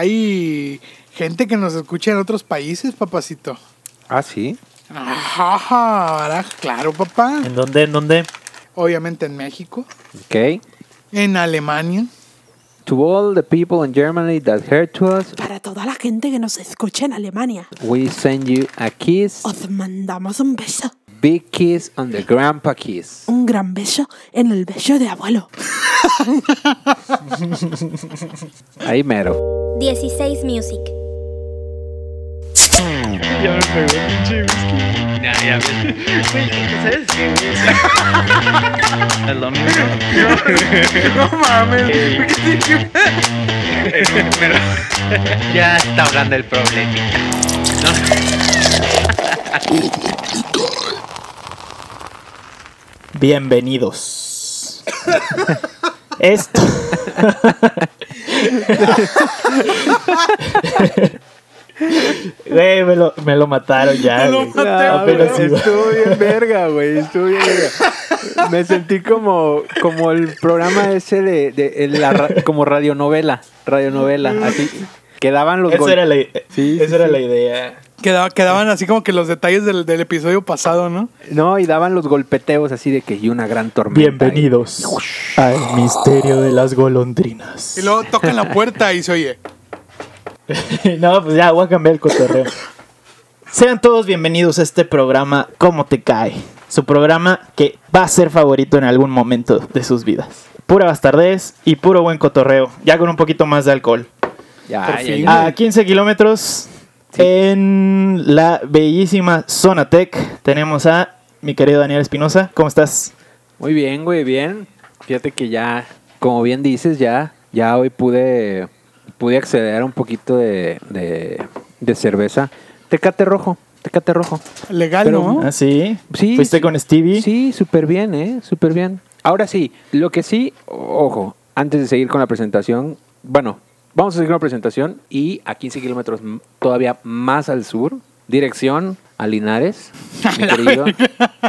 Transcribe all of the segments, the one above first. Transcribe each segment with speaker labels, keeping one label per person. Speaker 1: hay gente que nos escucha en otros países, papacito.
Speaker 2: Ah, sí.
Speaker 1: Ajá, ahora, claro, papá.
Speaker 3: ¿En dónde? ¿En dónde?
Speaker 1: Obviamente en México,
Speaker 2: Ok.
Speaker 1: en Alemania.
Speaker 2: To all the people in Germany that heard to us,
Speaker 4: Para toda la gente que nos escucha en Alemania,
Speaker 2: we send you a kiss,
Speaker 4: os mandamos un beso.
Speaker 2: big kiss on the grandpa kiss.
Speaker 4: Un gran beso en el beso de abuelo.
Speaker 2: Ahí mero.
Speaker 5: 16 Music.
Speaker 6: Ya me pegó el pinche whisky. Ya, ya, güey. ¿Sabes qué, Es lo mismo. No, mames. Ya está hablando el problemita.
Speaker 3: Bienvenidos. Esto. Güey, me lo, me lo mataron ya. güey.
Speaker 2: Ah,
Speaker 3: Apenas iba.
Speaker 2: bien verga, güey. Estuvo bien verga. Me sentí como, como el programa ese de, de- en la ra- como radionovela. Radionovela,
Speaker 1: Mm.
Speaker 2: así. Quedaban los
Speaker 3: Esa
Speaker 2: gol-
Speaker 3: era la, i-
Speaker 2: Sí,
Speaker 3: esa
Speaker 2: sí,
Speaker 3: era
Speaker 2: sí.
Speaker 3: la idea.
Speaker 1: Queda- quedaban así como que los detalles del, del episodio pasado, ¿no?
Speaker 2: No, y daban los golpeteos así de que y una gran tormenta.
Speaker 3: Bienvenidos al misterio de las golondrinas.
Speaker 1: Y luego tocan la puerta y se oye.
Speaker 3: no, pues ya, voy a cambiar el cotorreo. Sean todos bienvenidos a este programa ¿Cómo te cae? Su programa que va a ser favorito en algún momento de sus vidas. Pura bastardez y puro buen cotorreo, ya con un poquito más de alcohol.
Speaker 2: Ya,
Speaker 1: Por
Speaker 2: ya,
Speaker 1: fin.
Speaker 2: ya.
Speaker 3: A 15 kilómetros en la bellísima Zona Tech tenemos a mi querido Daniel Espinosa. ¿Cómo estás?
Speaker 2: Muy bien, güey, bien. Fíjate que ya, como bien dices, ya, ya hoy pude, pude acceder a un poquito de, de, de cerveza. Tecate rojo, tecate rojo.
Speaker 1: Legal,
Speaker 2: Pero-
Speaker 1: ¿no?
Speaker 3: ¿Ah, sí?
Speaker 2: Sí,
Speaker 3: ¿Fuiste
Speaker 2: sí.
Speaker 3: con Stevie?
Speaker 2: Sí, súper bien, ¿eh? Súper bien. Ahora sí, lo que sí, o- ojo, antes de seguir con la presentación, bueno, vamos a seguir con la presentación y a 15 kilómetros m- todavía más al sur, dirección a Linares, mi querido,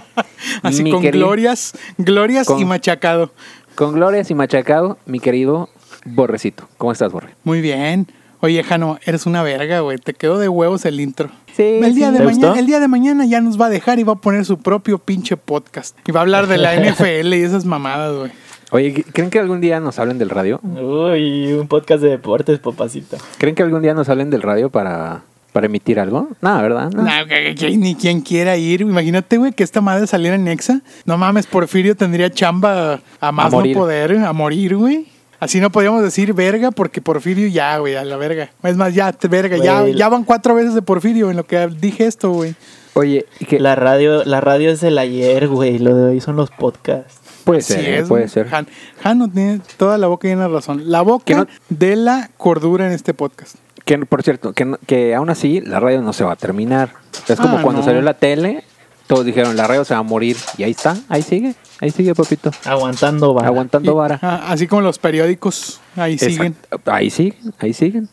Speaker 1: Así
Speaker 2: mi
Speaker 1: con
Speaker 2: querido-
Speaker 1: glorias, glorias y
Speaker 2: Con-
Speaker 1: machacado.
Speaker 2: con glorias y machacado, mi querido Borrecito. ¿Cómo estás, Borre?
Speaker 1: Muy bien. Oye, Jano, eres una verga, güey. Te quedó de huevos el intro.
Speaker 2: Sí,
Speaker 1: el día
Speaker 2: sí.
Speaker 1: de
Speaker 3: ¿Te
Speaker 1: mañana,
Speaker 3: gustó?
Speaker 1: el día de mañana ya nos va a dejar y va a poner su propio pinche podcast. Y va a hablar de la NFL y esas mamadas, güey.
Speaker 2: Oye, ¿creen que algún día nos hablen del radio?
Speaker 3: Uy, un podcast de deportes, papacito.
Speaker 2: ¿Creen que algún día nos hablen del radio para, para emitir algo? No, ¿verdad? No.
Speaker 1: Nah, que- que ni quien quiera ir. Imagínate, güey, que esta madre saliera en Nexa. No mames, Porfirio tendría chamba a más no
Speaker 2: morir.
Speaker 1: poder, a morir, güey. Así no podíamos decir verga porque Porfirio ya, güey, a la verga. Es más, ya, te- verga, ya,
Speaker 3: Güey, la-
Speaker 1: ya van cuatro veces de Porfirio en lo que dije esto, güey.
Speaker 2: Oye, ¿y qué?
Speaker 3: La radio, la radio es el ayer, güey. Lo de hoy son los podcasts.
Speaker 2: puede
Speaker 1: Así
Speaker 2: ser, ¿eh?
Speaker 1: es,
Speaker 2: puede
Speaker 1: güey.
Speaker 2: ser.
Speaker 1: Han, Jano tiene toda la boca llena de razón. La boca
Speaker 2: Que no-
Speaker 1: de la cordura en este podcast.
Speaker 2: Que, por cierto, que, no- que aún así la radio no se va a terminar. Es como
Speaker 1: Ah,
Speaker 2: cuando
Speaker 1: no.
Speaker 2: salió la tele, todos dijeron, la radio se va a morir. Y ahí está, ahí sigue, ahí sigue, papito.
Speaker 3: Aguantando, va.
Speaker 2: Aguantando
Speaker 1: Y-
Speaker 2: vara.
Speaker 1: ah, así como los periódicos, ahí siguen.
Speaker 2: Exacto. Ahí siguen, ahí siguen.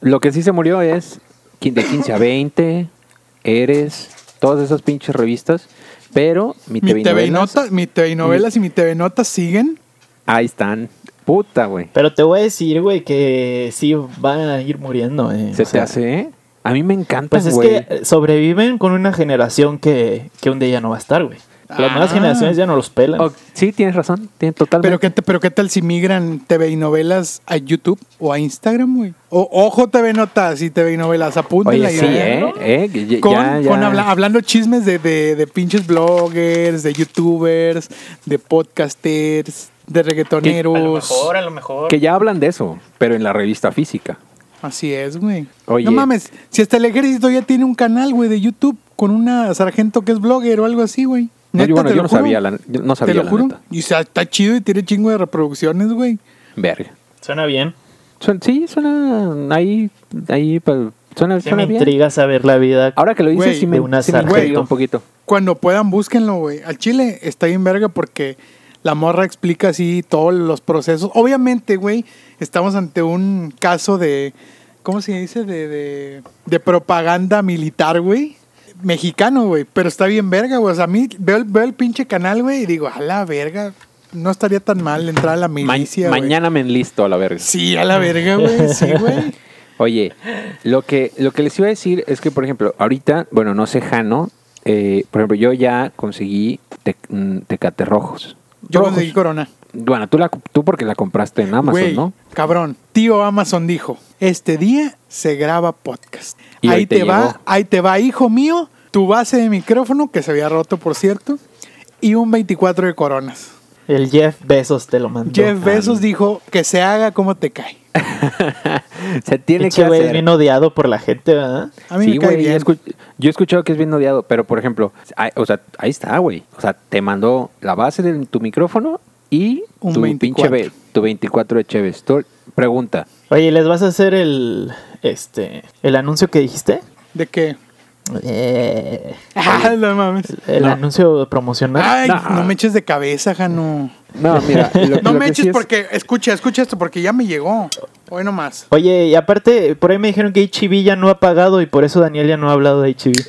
Speaker 2: Lo que sí se murió es quin- de 15 a 20, Eres, todas esas pinches revistas. Pero
Speaker 1: Mi
Speaker 2: mi TV,
Speaker 1: TV,
Speaker 2: novelas,
Speaker 1: nota, mi TV novelas y mi TV notas siguen.
Speaker 2: ahí están. Puta, güey.
Speaker 3: Pero te voy a decir, güey, que sí van a ir muriendo. eh.
Speaker 2: ¿Se
Speaker 3: O
Speaker 2: te
Speaker 3: sea,
Speaker 2: hace? eh? A mí me encanta,
Speaker 3: Pues es
Speaker 2: güey.
Speaker 3: que sobreviven con una generación que, que un día ya no va a estar, güey. Las nuevas
Speaker 1: Ah.
Speaker 3: generaciones ya no los pelan.
Speaker 2: O- sí, tienes razón, tienes totalmente.
Speaker 1: Pero qué, te- pero qué tal si migran TV y novelas a YouTube o a Instagram, güey. O, ojo, TV notas y TV y novelas, apúntenla
Speaker 2: Oye,
Speaker 1: ya,
Speaker 2: sí, ¿eh?
Speaker 1: ¿no?
Speaker 2: ¿Eh? Que ya-
Speaker 1: Con,
Speaker 2: ya- ya-
Speaker 1: con habla- hablando chismes de, de- de pinches bloggers, de youtubers, de podcasters, de reggaetoneros.
Speaker 3: a lo mejor.
Speaker 2: Que ya hablan de eso, pero en la revista física.
Speaker 1: Así es, güey.
Speaker 2: Oye.
Speaker 1: No mames, si hasta el ejército ya tiene un canal, güey, de YouTube con una sargento que es blogger o algo así, güey.
Speaker 2: No, yo,
Speaker 1: Neta,
Speaker 2: bueno,
Speaker 1: te
Speaker 2: yo
Speaker 1: lo
Speaker 2: no
Speaker 1: juro.
Speaker 2: sabía, la, yo no sabía
Speaker 1: Te lo
Speaker 2: la
Speaker 1: juro.
Speaker 2: neta.
Speaker 1: Y o sea, está chido y tiene chingo de reproducciones, güey.
Speaker 2: Verga.
Speaker 3: Suena bien.
Speaker 2: Suena- sí, suena ahí, ahí, pa- suena,
Speaker 3: Sí
Speaker 2: suena
Speaker 3: me
Speaker 2: bien.
Speaker 3: intriga saber la vida.
Speaker 2: Ahora que lo dices,
Speaker 1: Güey,
Speaker 2: sí me,
Speaker 3: de una
Speaker 2: sí me
Speaker 3: sargento.
Speaker 2: intriga un poquito.
Speaker 1: Cuando puedan, búsquenlo, güey. Al chile está bien verga porque la morra explica así todos los procesos. Obviamente, güey, estamos ante un caso de. ¿Cómo se dice? De, de, de propaganda militar, güey. Mexicano, güey. Pero está bien verga, güey. O sea, a mí veo el, veo el pinche canal, güey, y digo, a la verga. No estaría tan mal entrar a la
Speaker 2: Ma-
Speaker 1: milicia. güey".
Speaker 2: mañana me enlisto a la verga.
Speaker 1: Sí, a la verga, güey. Sí, güey.
Speaker 2: Oye, lo que, lo que les iba a decir es que, por ejemplo, ahorita, bueno, no sé, Jano, eh, por ejemplo, yo ya conseguí te- mm, tecate rojos.
Speaker 1: Yo
Speaker 2: Rojos.
Speaker 1: conseguí corona.
Speaker 2: Bueno, tú, la, tú porque la compraste en Amazon,
Speaker 1: Güey,
Speaker 2: ¿no?
Speaker 1: cabrón. Tío Amazon dijo, este día se graba podcast.
Speaker 2: Y hoy
Speaker 1: ahí
Speaker 2: te
Speaker 1: te,
Speaker 2: llegó.
Speaker 1: va, ahí te va, hijo mío, tu base de micrófono, que se había roto, por cierto, y un 24 de coronas.
Speaker 3: El Jeff Bezos te lo mandó. Ah,
Speaker 1: Jeff Bezos dijo, que se haga como te cae.
Speaker 2: Se tiene
Speaker 3: Pinche
Speaker 2: que
Speaker 3: güey es
Speaker 2: hacer.
Speaker 3: bien odiado por la gente, ¿verdad?
Speaker 1: A mí
Speaker 2: Sí,
Speaker 1: me cae
Speaker 2: güey, yo,
Speaker 1: bien.
Speaker 2: escu- yo he escuchado que es bien odiado, pero por ejemplo, ahí- o sea, ahí está, güey. O sea, te mandó la base de tu micrófono y
Speaker 1: Un
Speaker 2: tu
Speaker 1: 24.
Speaker 2: pinche ve- tu 24 de Cheves. Tú- Pregunta.
Speaker 3: Oye, ¿les vas a hacer el este el anuncio que dijiste?
Speaker 1: ¿De qué?
Speaker 3: Eh,
Speaker 1: Ah, no mames.
Speaker 3: el
Speaker 2: No.
Speaker 3: anuncio promocional.
Speaker 1: Ay,
Speaker 2: No.
Speaker 1: no. me eches de cabeza, Jano.
Speaker 2: No, mira, lo-
Speaker 1: No
Speaker 2: lo
Speaker 1: me
Speaker 2: que
Speaker 1: eches
Speaker 2: sí es-
Speaker 1: porque, escucha, escucha esto, porque ya me llegó. Hoy nomás.
Speaker 3: Oye, y aparte, por ahí me dijeron que HB ya no ha pagado y por eso Daniel ya no ha hablado de HB.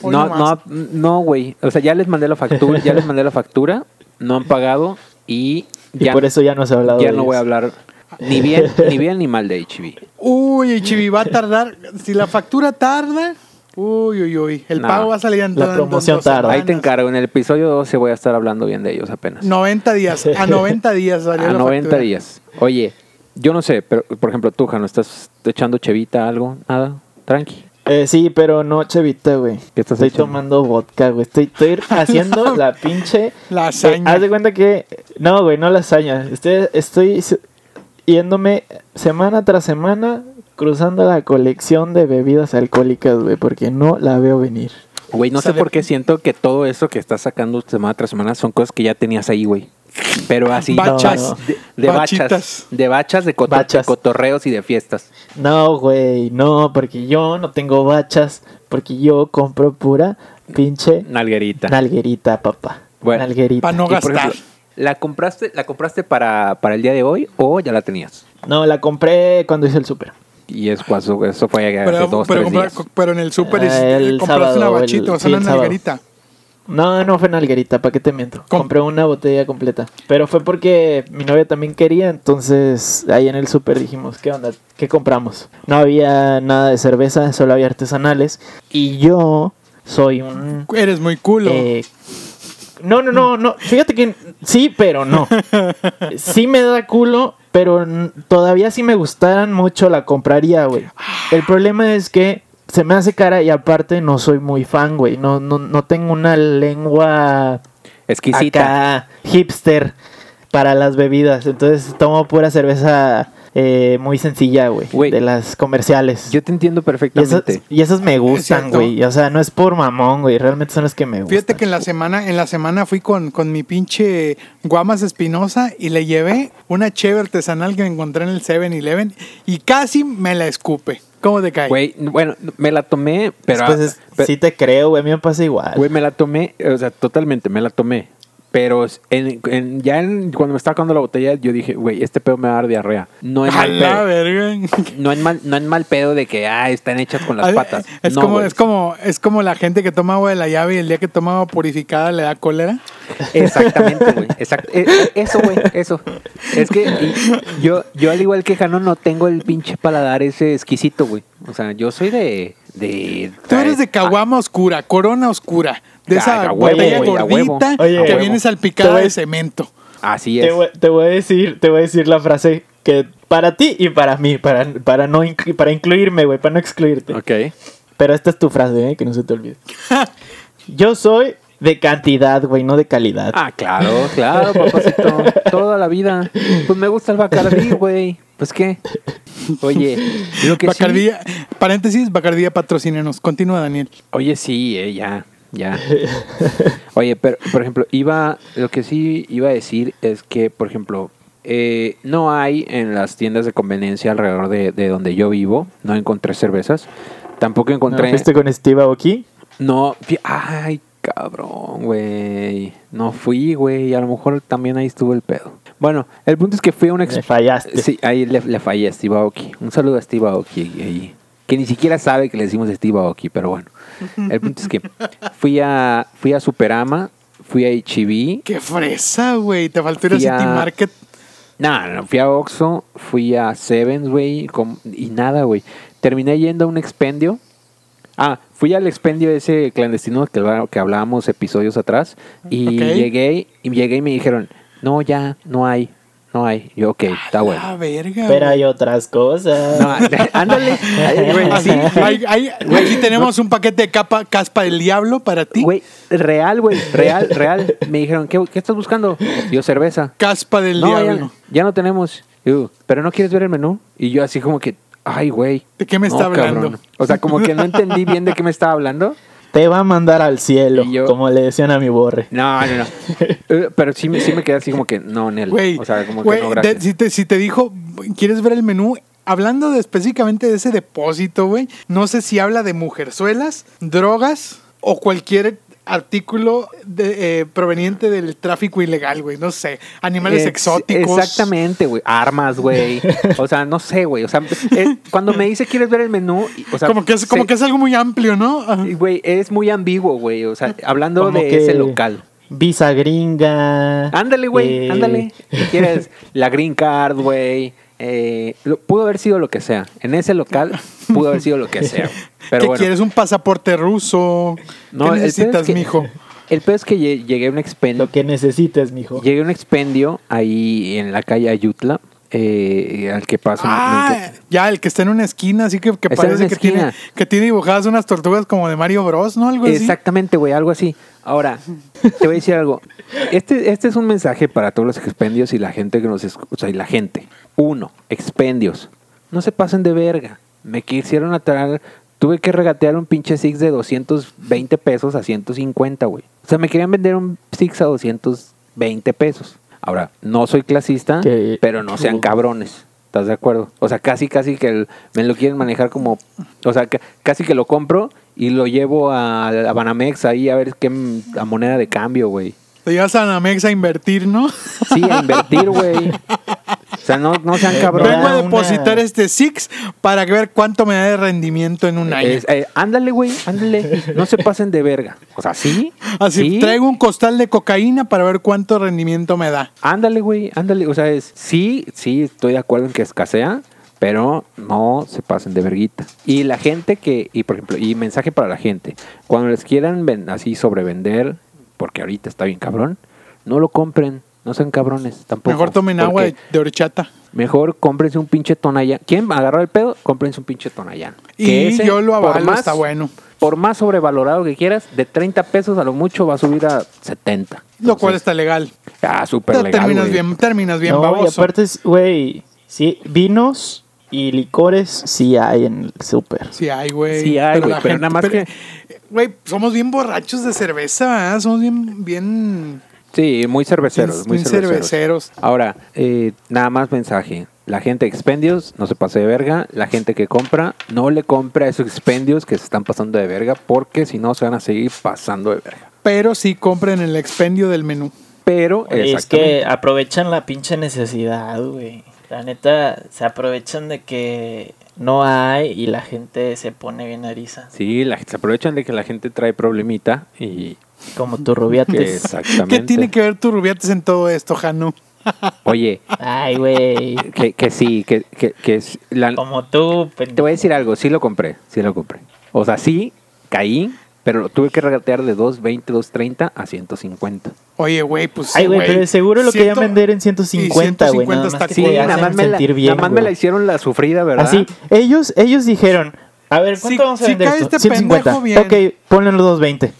Speaker 1: Hoy
Speaker 2: No,
Speaker 1: nomás.
Speaker 2: no, no, güey. O sea, ya les mandé la factura, ya les mandé la factura, no han pagado y
Speaker 3: Y
Speaker 2: ya,
Speaker 3: por eso ya no se ha hablado
Speaker 2: ya
Speaker 3: de
Speaker 2: no voy a
Speaker 3: ellos.
Speaker 2: hablar ni bien, ni bien ni mal de HB.
Speaker 1: Uy, el chivi va a tardar. si la factura tarda, uy, uy, uy. El
Speaker 2: No,
Speaker 1: pago va a salir en
Speaker 3: la
Speaker 1: en
Speaker 3: promoción
Speaker 1: dos
Speaker 3: tarda.
Speaker 2: Ahí te
Speaker 1: semanas.
Speaker 2: encargo, en el episodio 12 voy a estar hablando bien de ellos apenas.
Speaker 1: 90 días. A 90 días salió
Speaker 2: a
Speaker 1: la
Speaker 2: 90
Speaker 1: factura.
Speaker 2: días. Oye, yo no sé, pero por ejemplo, tú, Jano, ¿estás echando chevita algo? Nada, tranqui.
Speaker 3: Eh, sí, pero no, Chevita, güey.
Speaker 2: ¿Qué estás
Speaker 3: estoy
Speaker 2: echando?
Speaker 3: tomando vodka, güey. Estoy, estoy haciendo la pinche.
Speaker 1: Lasaña.
Speaker 3: Eh, haz de cuenta que. No, güey, no lasaña. Estoy, estoy s- yéndome semana tras semana cruzando la colección de bebidas alcohólicas, güey, porque no la veo venir.
Speaker 2: Güey, no sé
Speaker 1: Sale-
Speaker 2: por qué siento que todo eso que estás sacando semana tras semana son cosas que ya tenías ahí, güey. Pero así.
Speaker 1: Bachas.
Speaker 3: No, no.
Speaker 2: De, de bachas.
Speaker 1: Bachitas.
Speaker 2: De bachas, de cotor-
Speaker 3: Bachas.
Speaker 2: de cotorreos y de fiestas.
Speaker 3: No, güey, no, porque yo no tengo bachas, porque yo compro pura pinche
Speaker 2: Nalguerita.
Speaker 3: nalguerita, papá.
Speaker 2: Bueno.
Speaker 3: nalguerita.
Speaker 1: Pa' no
Speaker 2: Y, por
Speaker 1: gastar.
Speaker 2: ¿La compraste, la compraste para, para el día de hoy o ya la tenías?
Speaker 3: No, la compré cuando hice el súper.
Speaker 2: Y es cuando- eso fue hace
Speaker 1: Pero,
Speaker 2: dos,
Speaker 1: pero
Speaker 2: tres
Speaker 1: compra-
Speaker 2: días.
Speaker 1: co- pero en el súper
Speaker 3: Ah,
Speaker 1: es-
Speaker 3: el
Speaker 1: compraste una
Speaker 3: sábado,
Speaker 1: bachita,
Speaker 3: el-
Speaker 1: o
Speaker 3: sí,
Speaker 1: sea, una
Speaker 3: el sábado.
Speaker 1: nalgarita.
Speaker 3: No, no fue nalguerita, ¿para qué te miento?
Speaker 1: Com-
Speaker 3: Compré una botella completa. Pero fue porque mi novia también quería, entonces ahí en el súper dijimos, ¿qué onda? ¿Qué compramos? No había nada de cerveza, solo había artesanales. Y yo soy un...
Speaker 1: Eres muy culo.
Speaker 3: eh, no, no, no, no. Fíjate que sí, pero no. Sí me da culo, pero n- todavía si me gustaran mucho la compraría, güey. El problema es que se me hace cara y aparte no soy muy fan, güey. No, no, no tengo una lengua
Speaker 2: Exquisita.
Speaker 3: acá hipster para las bebidas. Entonces tomo pura cerveza eh, muy sencilla, güey.
Speaker 2: Güey,
Speaker 3: De las comerciales.
Speaker 2: Yo te entiendo
Speaker 3: y esas,
Speaker 2: perfectamente.
Speaker 3: y esas me gustan,
Speaker 1: cierto.
Speaker 3: güey. O sea, no es por mamón, güey. Realmente son las que me gustan.
Speaker 1: Fíjate que en la semana, en la semana fui con, con mi pinche Guamas Espinosa y le llevé una cheve artesanal que encontré en el 7-Eleven y casi me la escupe. ¿Cómo te cae?
Speaker 2: Güey, bueno, me la tomé, pero...
Speaker 3: Pues es-
Speaker 2: pero-
Speaker 3: sí te creo, güey. A mí me pasa igual.
Speaker 2: Güey, me la tomé, o sea, totalmente, me la tomé. Pero en- en- ya en- cuando me estaba acabando la botella, yo dije, güey, este pedo me va a dar diarrea. No es
Speaker 1: A
Speaker 2: mal
Speaker 1: la
Speaker 2: pedo.
Speaker 1: verga.
Speaker 2: No en mal, no en mal pedo de que, ah, están hechas con las
Speaker 1: Ah,
Speaker 2: patas.
Speaker 1: Es,
Speaker 2: No,
Speaker 1: como,
Speaker 2: güey.
Speaker 1: es, como, es como la gente que toma agua de la llave y el día que toma agua purificada le da cólera.
Speaker 2: Exactamente, güey. Exact- eh, eh, eso, güey, eso. Es que y- yo, yo al igual que Jano, no tengo el pinche paladar ese exquisito, güey. O sea, yo soy de... de
Speaker 1: Tú eres de caguama oscura, corona oscura. De
Speaker 2: Ah,
Speaker 1: esa
Speaker 2: a huevo,
Speaker 1: botella
Speaker 3: güey,
Speaker 2: a huevo,
Speaker 1: gordita
Speaker 3: a
Speaker 1: que
Speaker 3: huevo.
Speaker 1: viene
Speaker 3: Te
Speaker 1: salpicada
Speaker 3: voy-
Speaker 1: de cemento.
Speaker 2: Así
Speaker 3: Te
Speaker 2: es.
Speaker 3: voy, te voy a decir, te voy a decir la frase que para ti y para mí, para, para no inclu- para incluirme, güey, para no excluirte.
Speaker 2: Ok.
Speaker 3: Pero esta es tu frase, ¿eh? que no se te olvide. Yo soy de cantidad, güey, no de calidad.
Speaker 2: Ah, claro, claro, papacito. Toda la vida. Pues me gusta el Bacardí, güey. Pues qué. Oye, lo que sí.
Speaker 1: Bacardía, paréntesis, Bacardía patrocínenos. Continúa, Daniel.
Speaker 2: Oye, sí, eh, ya, ya. Oye, pero, por ejemplo, iba. Lo que sí iba a decir es que, por ejemplo, eh, no hay en las tiendas de conveniencia alrededor de, de donde yo vivo. No encontré cervezas. Tampoco
Speaker 3: ¿No
Speaker 2: encontré.
Speaker 3: Ah, fuiste con Steve Aoki?
Speaker 2: No, fí- ay, cabrón, güey. No fui, güey. A lo mejor también ahí estuvo el pedo. Bueno, el punto es que fui a una ex-
Speaker 3: Me fallaste.
Speaker 2: Sí, ahí le, le fallé a Steve Aoki. Un saludo a Steve Aoki. ahí, que ni siquiera sabe que le decimos Steve Aoki, pero bueno. El punto es que fui a, fui a Superama, fui a HB.
Speaker 1: Qué fresa, güey. Te faltó ir a
Speaker 2: Fui a-
Speaker 1: City Market.
Speaker 2: Nah, no, fui a Oxxo, fui a Sevens, güey, com- y nada, güey. Terminé yendo a un expendio. Ah, fui al expendio ese clandestino que, habla- que hablábamos episodios atrás. Y
Speaker 1: Ok.
Speaker 2: llegué y llegué y me dijeron, no, ya, no hay, no hay. Yo, ok, está bueno.
Speaker 1: Ah, verga.
Speaker 3: Pero
Speaker 1: güey.
Speaker 3: hay otras cosas.
Speaker 2: No, ándale. Ay, güey, sí,
Speaker 1: Hay- hay- aquí tenemos un paquete de capa, caspa del diablo para ti.
Speaker 2: Güey, real, güey, real, real. Me dijeron, ¿qué, qué estás buscando? Yo, cerveza.
Speaker 1: Caspa del
Speaker 2: no, ya-
Speaker 1: diablo.
Speaker 2: Ya, no tenemos. Yo, pero no quieres ver el menú. Y yo así como que, ay, güey.
Speaker 1: ¿De qué me
Speaker 2: no,
Speaker 1: está hablando?
Speaker 2: O sea, como que no entendí bien de qué me estaba hablando.
Speaker 3: Te va a mandar al cielo,
Speaker 2: Y yo-
Speaker 3: como le decían a mi borre.
Speaker 2: No, no, no. Eh, Pero sí, me- sí me quedé así como que, no, Nel.
Speaker 1: Güey,
Speaker 2: o sea, como
Speaker 1: güey,
Speaker 2: que no,
Speaker 1: de-
Speaker 2: gracias.
Speaker 1: si, te, si te dijo, ¿quieres ver el menú? Hablando de- específicamente de ese depósito, güey, no sé si habla de mujerzuelas, drogas o cualquier artículo de- eh, proveniente del tráfico ilegal, güey, no sé, animales
Speaker 2: Ex-
Speaker 1: exóticos.
Speaker 2: Eh, Exactamente, güey. Armas, güey. O sea, no sé, güey. O sea, eh, cuando me dice quieres ver el menú, y- o sea,
Speaker 1: como que es, como
Speaker 2: se-
Speaker 1: que es algo muy amplio, ¿no? Ajá.
Speaker 2: Y, Güey, es muy ambiguo, güey. O sea, hablando
Speaker 3: Como
Speaker 2: de
Speaker 3: que
Speaker 2: ese local.
Speaker 3: Visa gringa.
Speaker 2: Ándale, güey,
Speaker 3: eh,
Speaker 2: ándale. ¿Qué quieres? La green card, güey. Eh, lo- pudo haber sido lo que sea. En ese local pudo haber sido lo que sea. güey. Pero
Speaker 1: ¿Qué
Speaker 2: bueno.
Speaker 1: quieres? ¿Un pasaporte ruso?
Speaker 2: No,
Speaker 1: ¿Qué
Speaker 2: el pedo es
Speaker 1: necesitas,
Speaker 2: que-
Speaker 1: mijo?
Speaker 2: El peor es que lle- llegué a un expendio.
Speaker 3: Lo que necesites, mijo.
Speaker 2: Llegué a un expendio ahí en la calle Ayutla, eh, al que pasa.
Speaker 1: Ah, ya, el que está en una esquina, así que, que
Speaker 2: Está en
Speaker 1: parece
Speaker 2: una
Speaker 1: que tiene,
Speaker 2: esquina.
Speaker 1: que tiene dibujadas unas tortugas como de Mario Bros, ¿no? Algo así.
Speaker 2: Exactamente, güey, algo así. Ahora, te voy a decir algo. Este, este es un mensaje para todos los expendios y la gente que nos escucha. Y la gente. Uno, expendios. No se pasen de verga. Me quisieron atar. Tuve que regatear un pinche Six de 220 pesos a 150, güey. O sea, me querían vender un Six a 220 pesos. Ahora, no soy clasista,
Speaker 3: Que-
Speaker 2: pero no sean cabrones. ¿Estás de acuerdo? O sea, casi, casi que el- me lo quieren manejar como... O sea, ca- casi que lo compro y lo llevo a, a Banamex ahí a ver qué m- a moneda de cambio, güey.
Speaker 1: Te llevas a Namex a invertir, ¿no?
Speaker 2: Sí, a invertir, güey. O sea, no, no
Speaker 1: Eh,
Speaker 2: sean
Speaker 1: Vengo a
Speaker 2: cabrones.
Speaker 3: una-
Speaker 1: depositar este Six para ver cuánto me da de rendimiento en un año.
Speaker 2: Es- eh, ándale, güey, ándale. No se pasen de verga. O sea, sí.
Speaker 1: Así,
Speaker 2: sí.
Speaker 1: traigo un costal de cocaína para ver cuánto rendimiento me da.
Speaker 2: Ándale, güey, ándale. O sea, es, sí, sí, estoy de acuerdo en que escasea, pero no se pasen de verguita. Y la gente que, y por ejemplo, y mensaje para la gente, cuando les quieran ven- así sobrevender, porque ahorita está bien cabrón, no lo compren, no sean cabrones tampoco.
Speaker 1: Mejor tomen
Speaker 2: porque
Speaker 1: agua de, de horchata.
Speaker 2: Mejor cómprense un pinche tonallán. ¿Quién agarrar el pedo? Cómprense un pinche tonallán.
Speaker 1: Y
Speaker 2: Que ese,
Speaker 1: yo lo
Speaker 2: por
Speaker 1: avalo, está bueno.
Speaker 2: Por más sobrevalorado que quieras, de 30 pesos a lo mucho va a subir a 70.
Speaker 1: Lo cual
Speaker 2: Entonces,
Speaker 1: está legal.
Speaker 2: Ah, súper
Speaker 1: Te-
Speaker 2: Pues legal,
Speaker 1: terminas
Speaker 2: güey.
Speaker 1: bien, terminas bien,
Speaker 3: no, y
Speaker 1: baboso.
Speaker 3: aparte, es, güey, sí, vinos y licores sí hay en el súper.
Speaker 1: Sí hay, güey.
Speaker 2: Sí hay, güey,
Speaker 1: la
Speaker 2: pero nada más
Speaker 1: Güey, somos bien borrachos de cerveza, ¿verdad? Somos bien... bien...
Speaker 2: Sí, muy cerveceros,
Speaker 1: Bien-
Speaker 2: muy
Speaker 1: bien
Speaker 2: cerveceros.
Speaker 1: cerveceros.
Speaker 2: Ahora, eh, nada más mensaje. La gente de expendios, no se pase de verga. La gente que compra, no le compra a esos expendios que se están pasando de verga, porque si no se van a seguir pasando de verga.
Speaker 1: Pero sí compren el expendio del menú.
Speaker 2: Pero,
Speaker 3: Oye, es
Speaker 2: exactamente.
Speaker 3: que aprovechan la pinche necesidad, güey. La neta, se aprovechan de que no hay y la gente se pone bien eriza.
Speaker 2: Sí, la- se aprovechan de que la gente trae problemita y...
Speaker 3: Como tu rubiates.
Speaker 2: Exactamente.
Speaker 1: ¿Qué tiene que ver turrubiates en todo esto, Janu?
Speaker 2: Oye,
Speaker 3: Ay, güey.
Speaker 2: que, que sí, que, que, que es- la-
Speaker 3: Como tú. pen-
Speaker 2: Te voy a decir algo, sí lo compré, sí lo compré. O sea, sí, caí, pero lo tuve que regatear de 220, 230 a 150.
Speaker 1: Oye, güey, pues sí,
Speaker 3: Ay, güey, pero seguro lo
Speaker 1: Ciento-
Speaker 3: querían vender en 150,
Speaker 1: y
Speaker 3: güey.
Speaker 1: 150
Speaker 3: Nada más
Speaker 1: está
Speaker 3: que
Speaker 2: Sí,
Speaker 1: cool.
Speaker 3: te
Speaker 1: Te
Speaker 2: nada
Speaker 3: hacen
Speaker 2: más, me la,
Speaker 3: sentir bien,
Speaker 2: nada más me
Speaker 3: güey. Ah,
Speaker 2: la hicieron la sufrida, ¿verdad?
Speaker 3: Así, ellos, ellos dijeron, a ver, ¿cuánto
Speaker 1: Si-
Speaker 3: vamos a
Speaker 1: si
Speaker 3: vender
Speaker 1: cae
Speaker 3: esto?
Speaker 1: este
Speaker 3: 150.
Speaker 1: pendejo, bien.
Speaker 3: Ok, ponle los 220.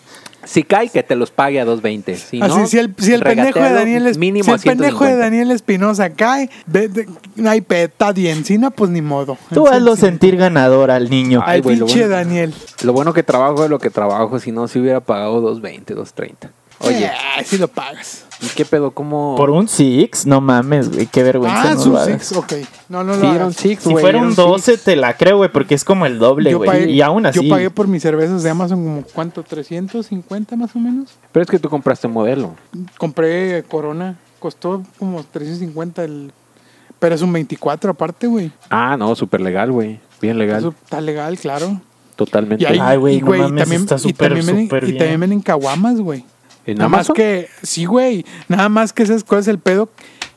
Speaker 2: Si cae, que te los pague a 220. Si
Speaker 1: Así,
Speaker 2: no,
Speaker 1: Ah, si el, si el pendejo de
Speaker 2: regatealo
Speaker 1: Daniel, es-
Speaker 2: mínimo
Speaker 1: si
Speaker 2: a
Speaker 1: el pendejo
Speaker 2: 150.
Speaker 1: de Daniel Espinosa cae, de, de- ay, pe, está bien, si no, pues ni modo.
Speaker 3: Tú
Speaker 1: Sí,
Speaker 3: hazlo
Speaker 1: sí.
Speaker 3: sentir ganador al niño.
Speaker 2: Ay,
Speaker 1: Al
Speaker 2: güey, lo
Speaker 1: pinche
Speaker 2: bueno.
Speaker 1: Daniel.
Speaker 2: Lo bueno que trabajo es lo que trabajo, si no, si hubiera pagado 220, 230. Oye,
Speaker 1: Ay, si lo pagas.
Speaker 2: ¿y qué pedo? ¿Cómo?
Speaker 3: Por un Six, no mames, güey, qué vergüenza.
Speaker 1: Ah,
Speaker 3: no
Speaker 1: su
Speaker 3: lo hagas.
Speaker 1: six, ok. No, no
Speaker 2: Sí,
Speaker 1: lo
Speaker 2: era un
Speaker 1: hagas.
Speaker 2: six,
Speaker 3: Si
Speaker 2: güey,
Speaker 3: fuera
Speaker 2: era
Speaker 3: un
Speaker 2: six.
Speaker 3: 12 te la creo, güey, porque es como el doble,
Speaker 1: Yo pagué,
Speaker 3: güey. Y aún así.
Speaker 1: yo pagué por mis cervezas de Amazon como, ¿cuánto? ¿350 más o menos?
Speaker 2: Pero es que tú compraste modelo.
Speaker 1: Compré Corona, costó como 350 el... Pero es un 24 aparte, güey.
Speaker 2: Ah, no, súper legal, güey. Bien
Speaker 1: Eso
Speaker 2: legal.
Speaker 1: está legal, claro.
Speaker 2: Totalmente.
Speaker 1: Y ahí,
Speaker 3: Ay, güey,
Speaker 1: y,
Speaker 3: no mames, está
Speaker 1: y
Speaker 3: súper,
Speaker 1: también ven-
Speaker 3: súper
Speaker 1: Y también
Speaker 3: bien.
Speaker 1: ven en caguamas, güey.
Speaker 2: ¿En
Speaker 1: Nada más
Speaker 2: Amazon?
Speaker 1: que, sí, güey. Nada más que esas cosas, el pedo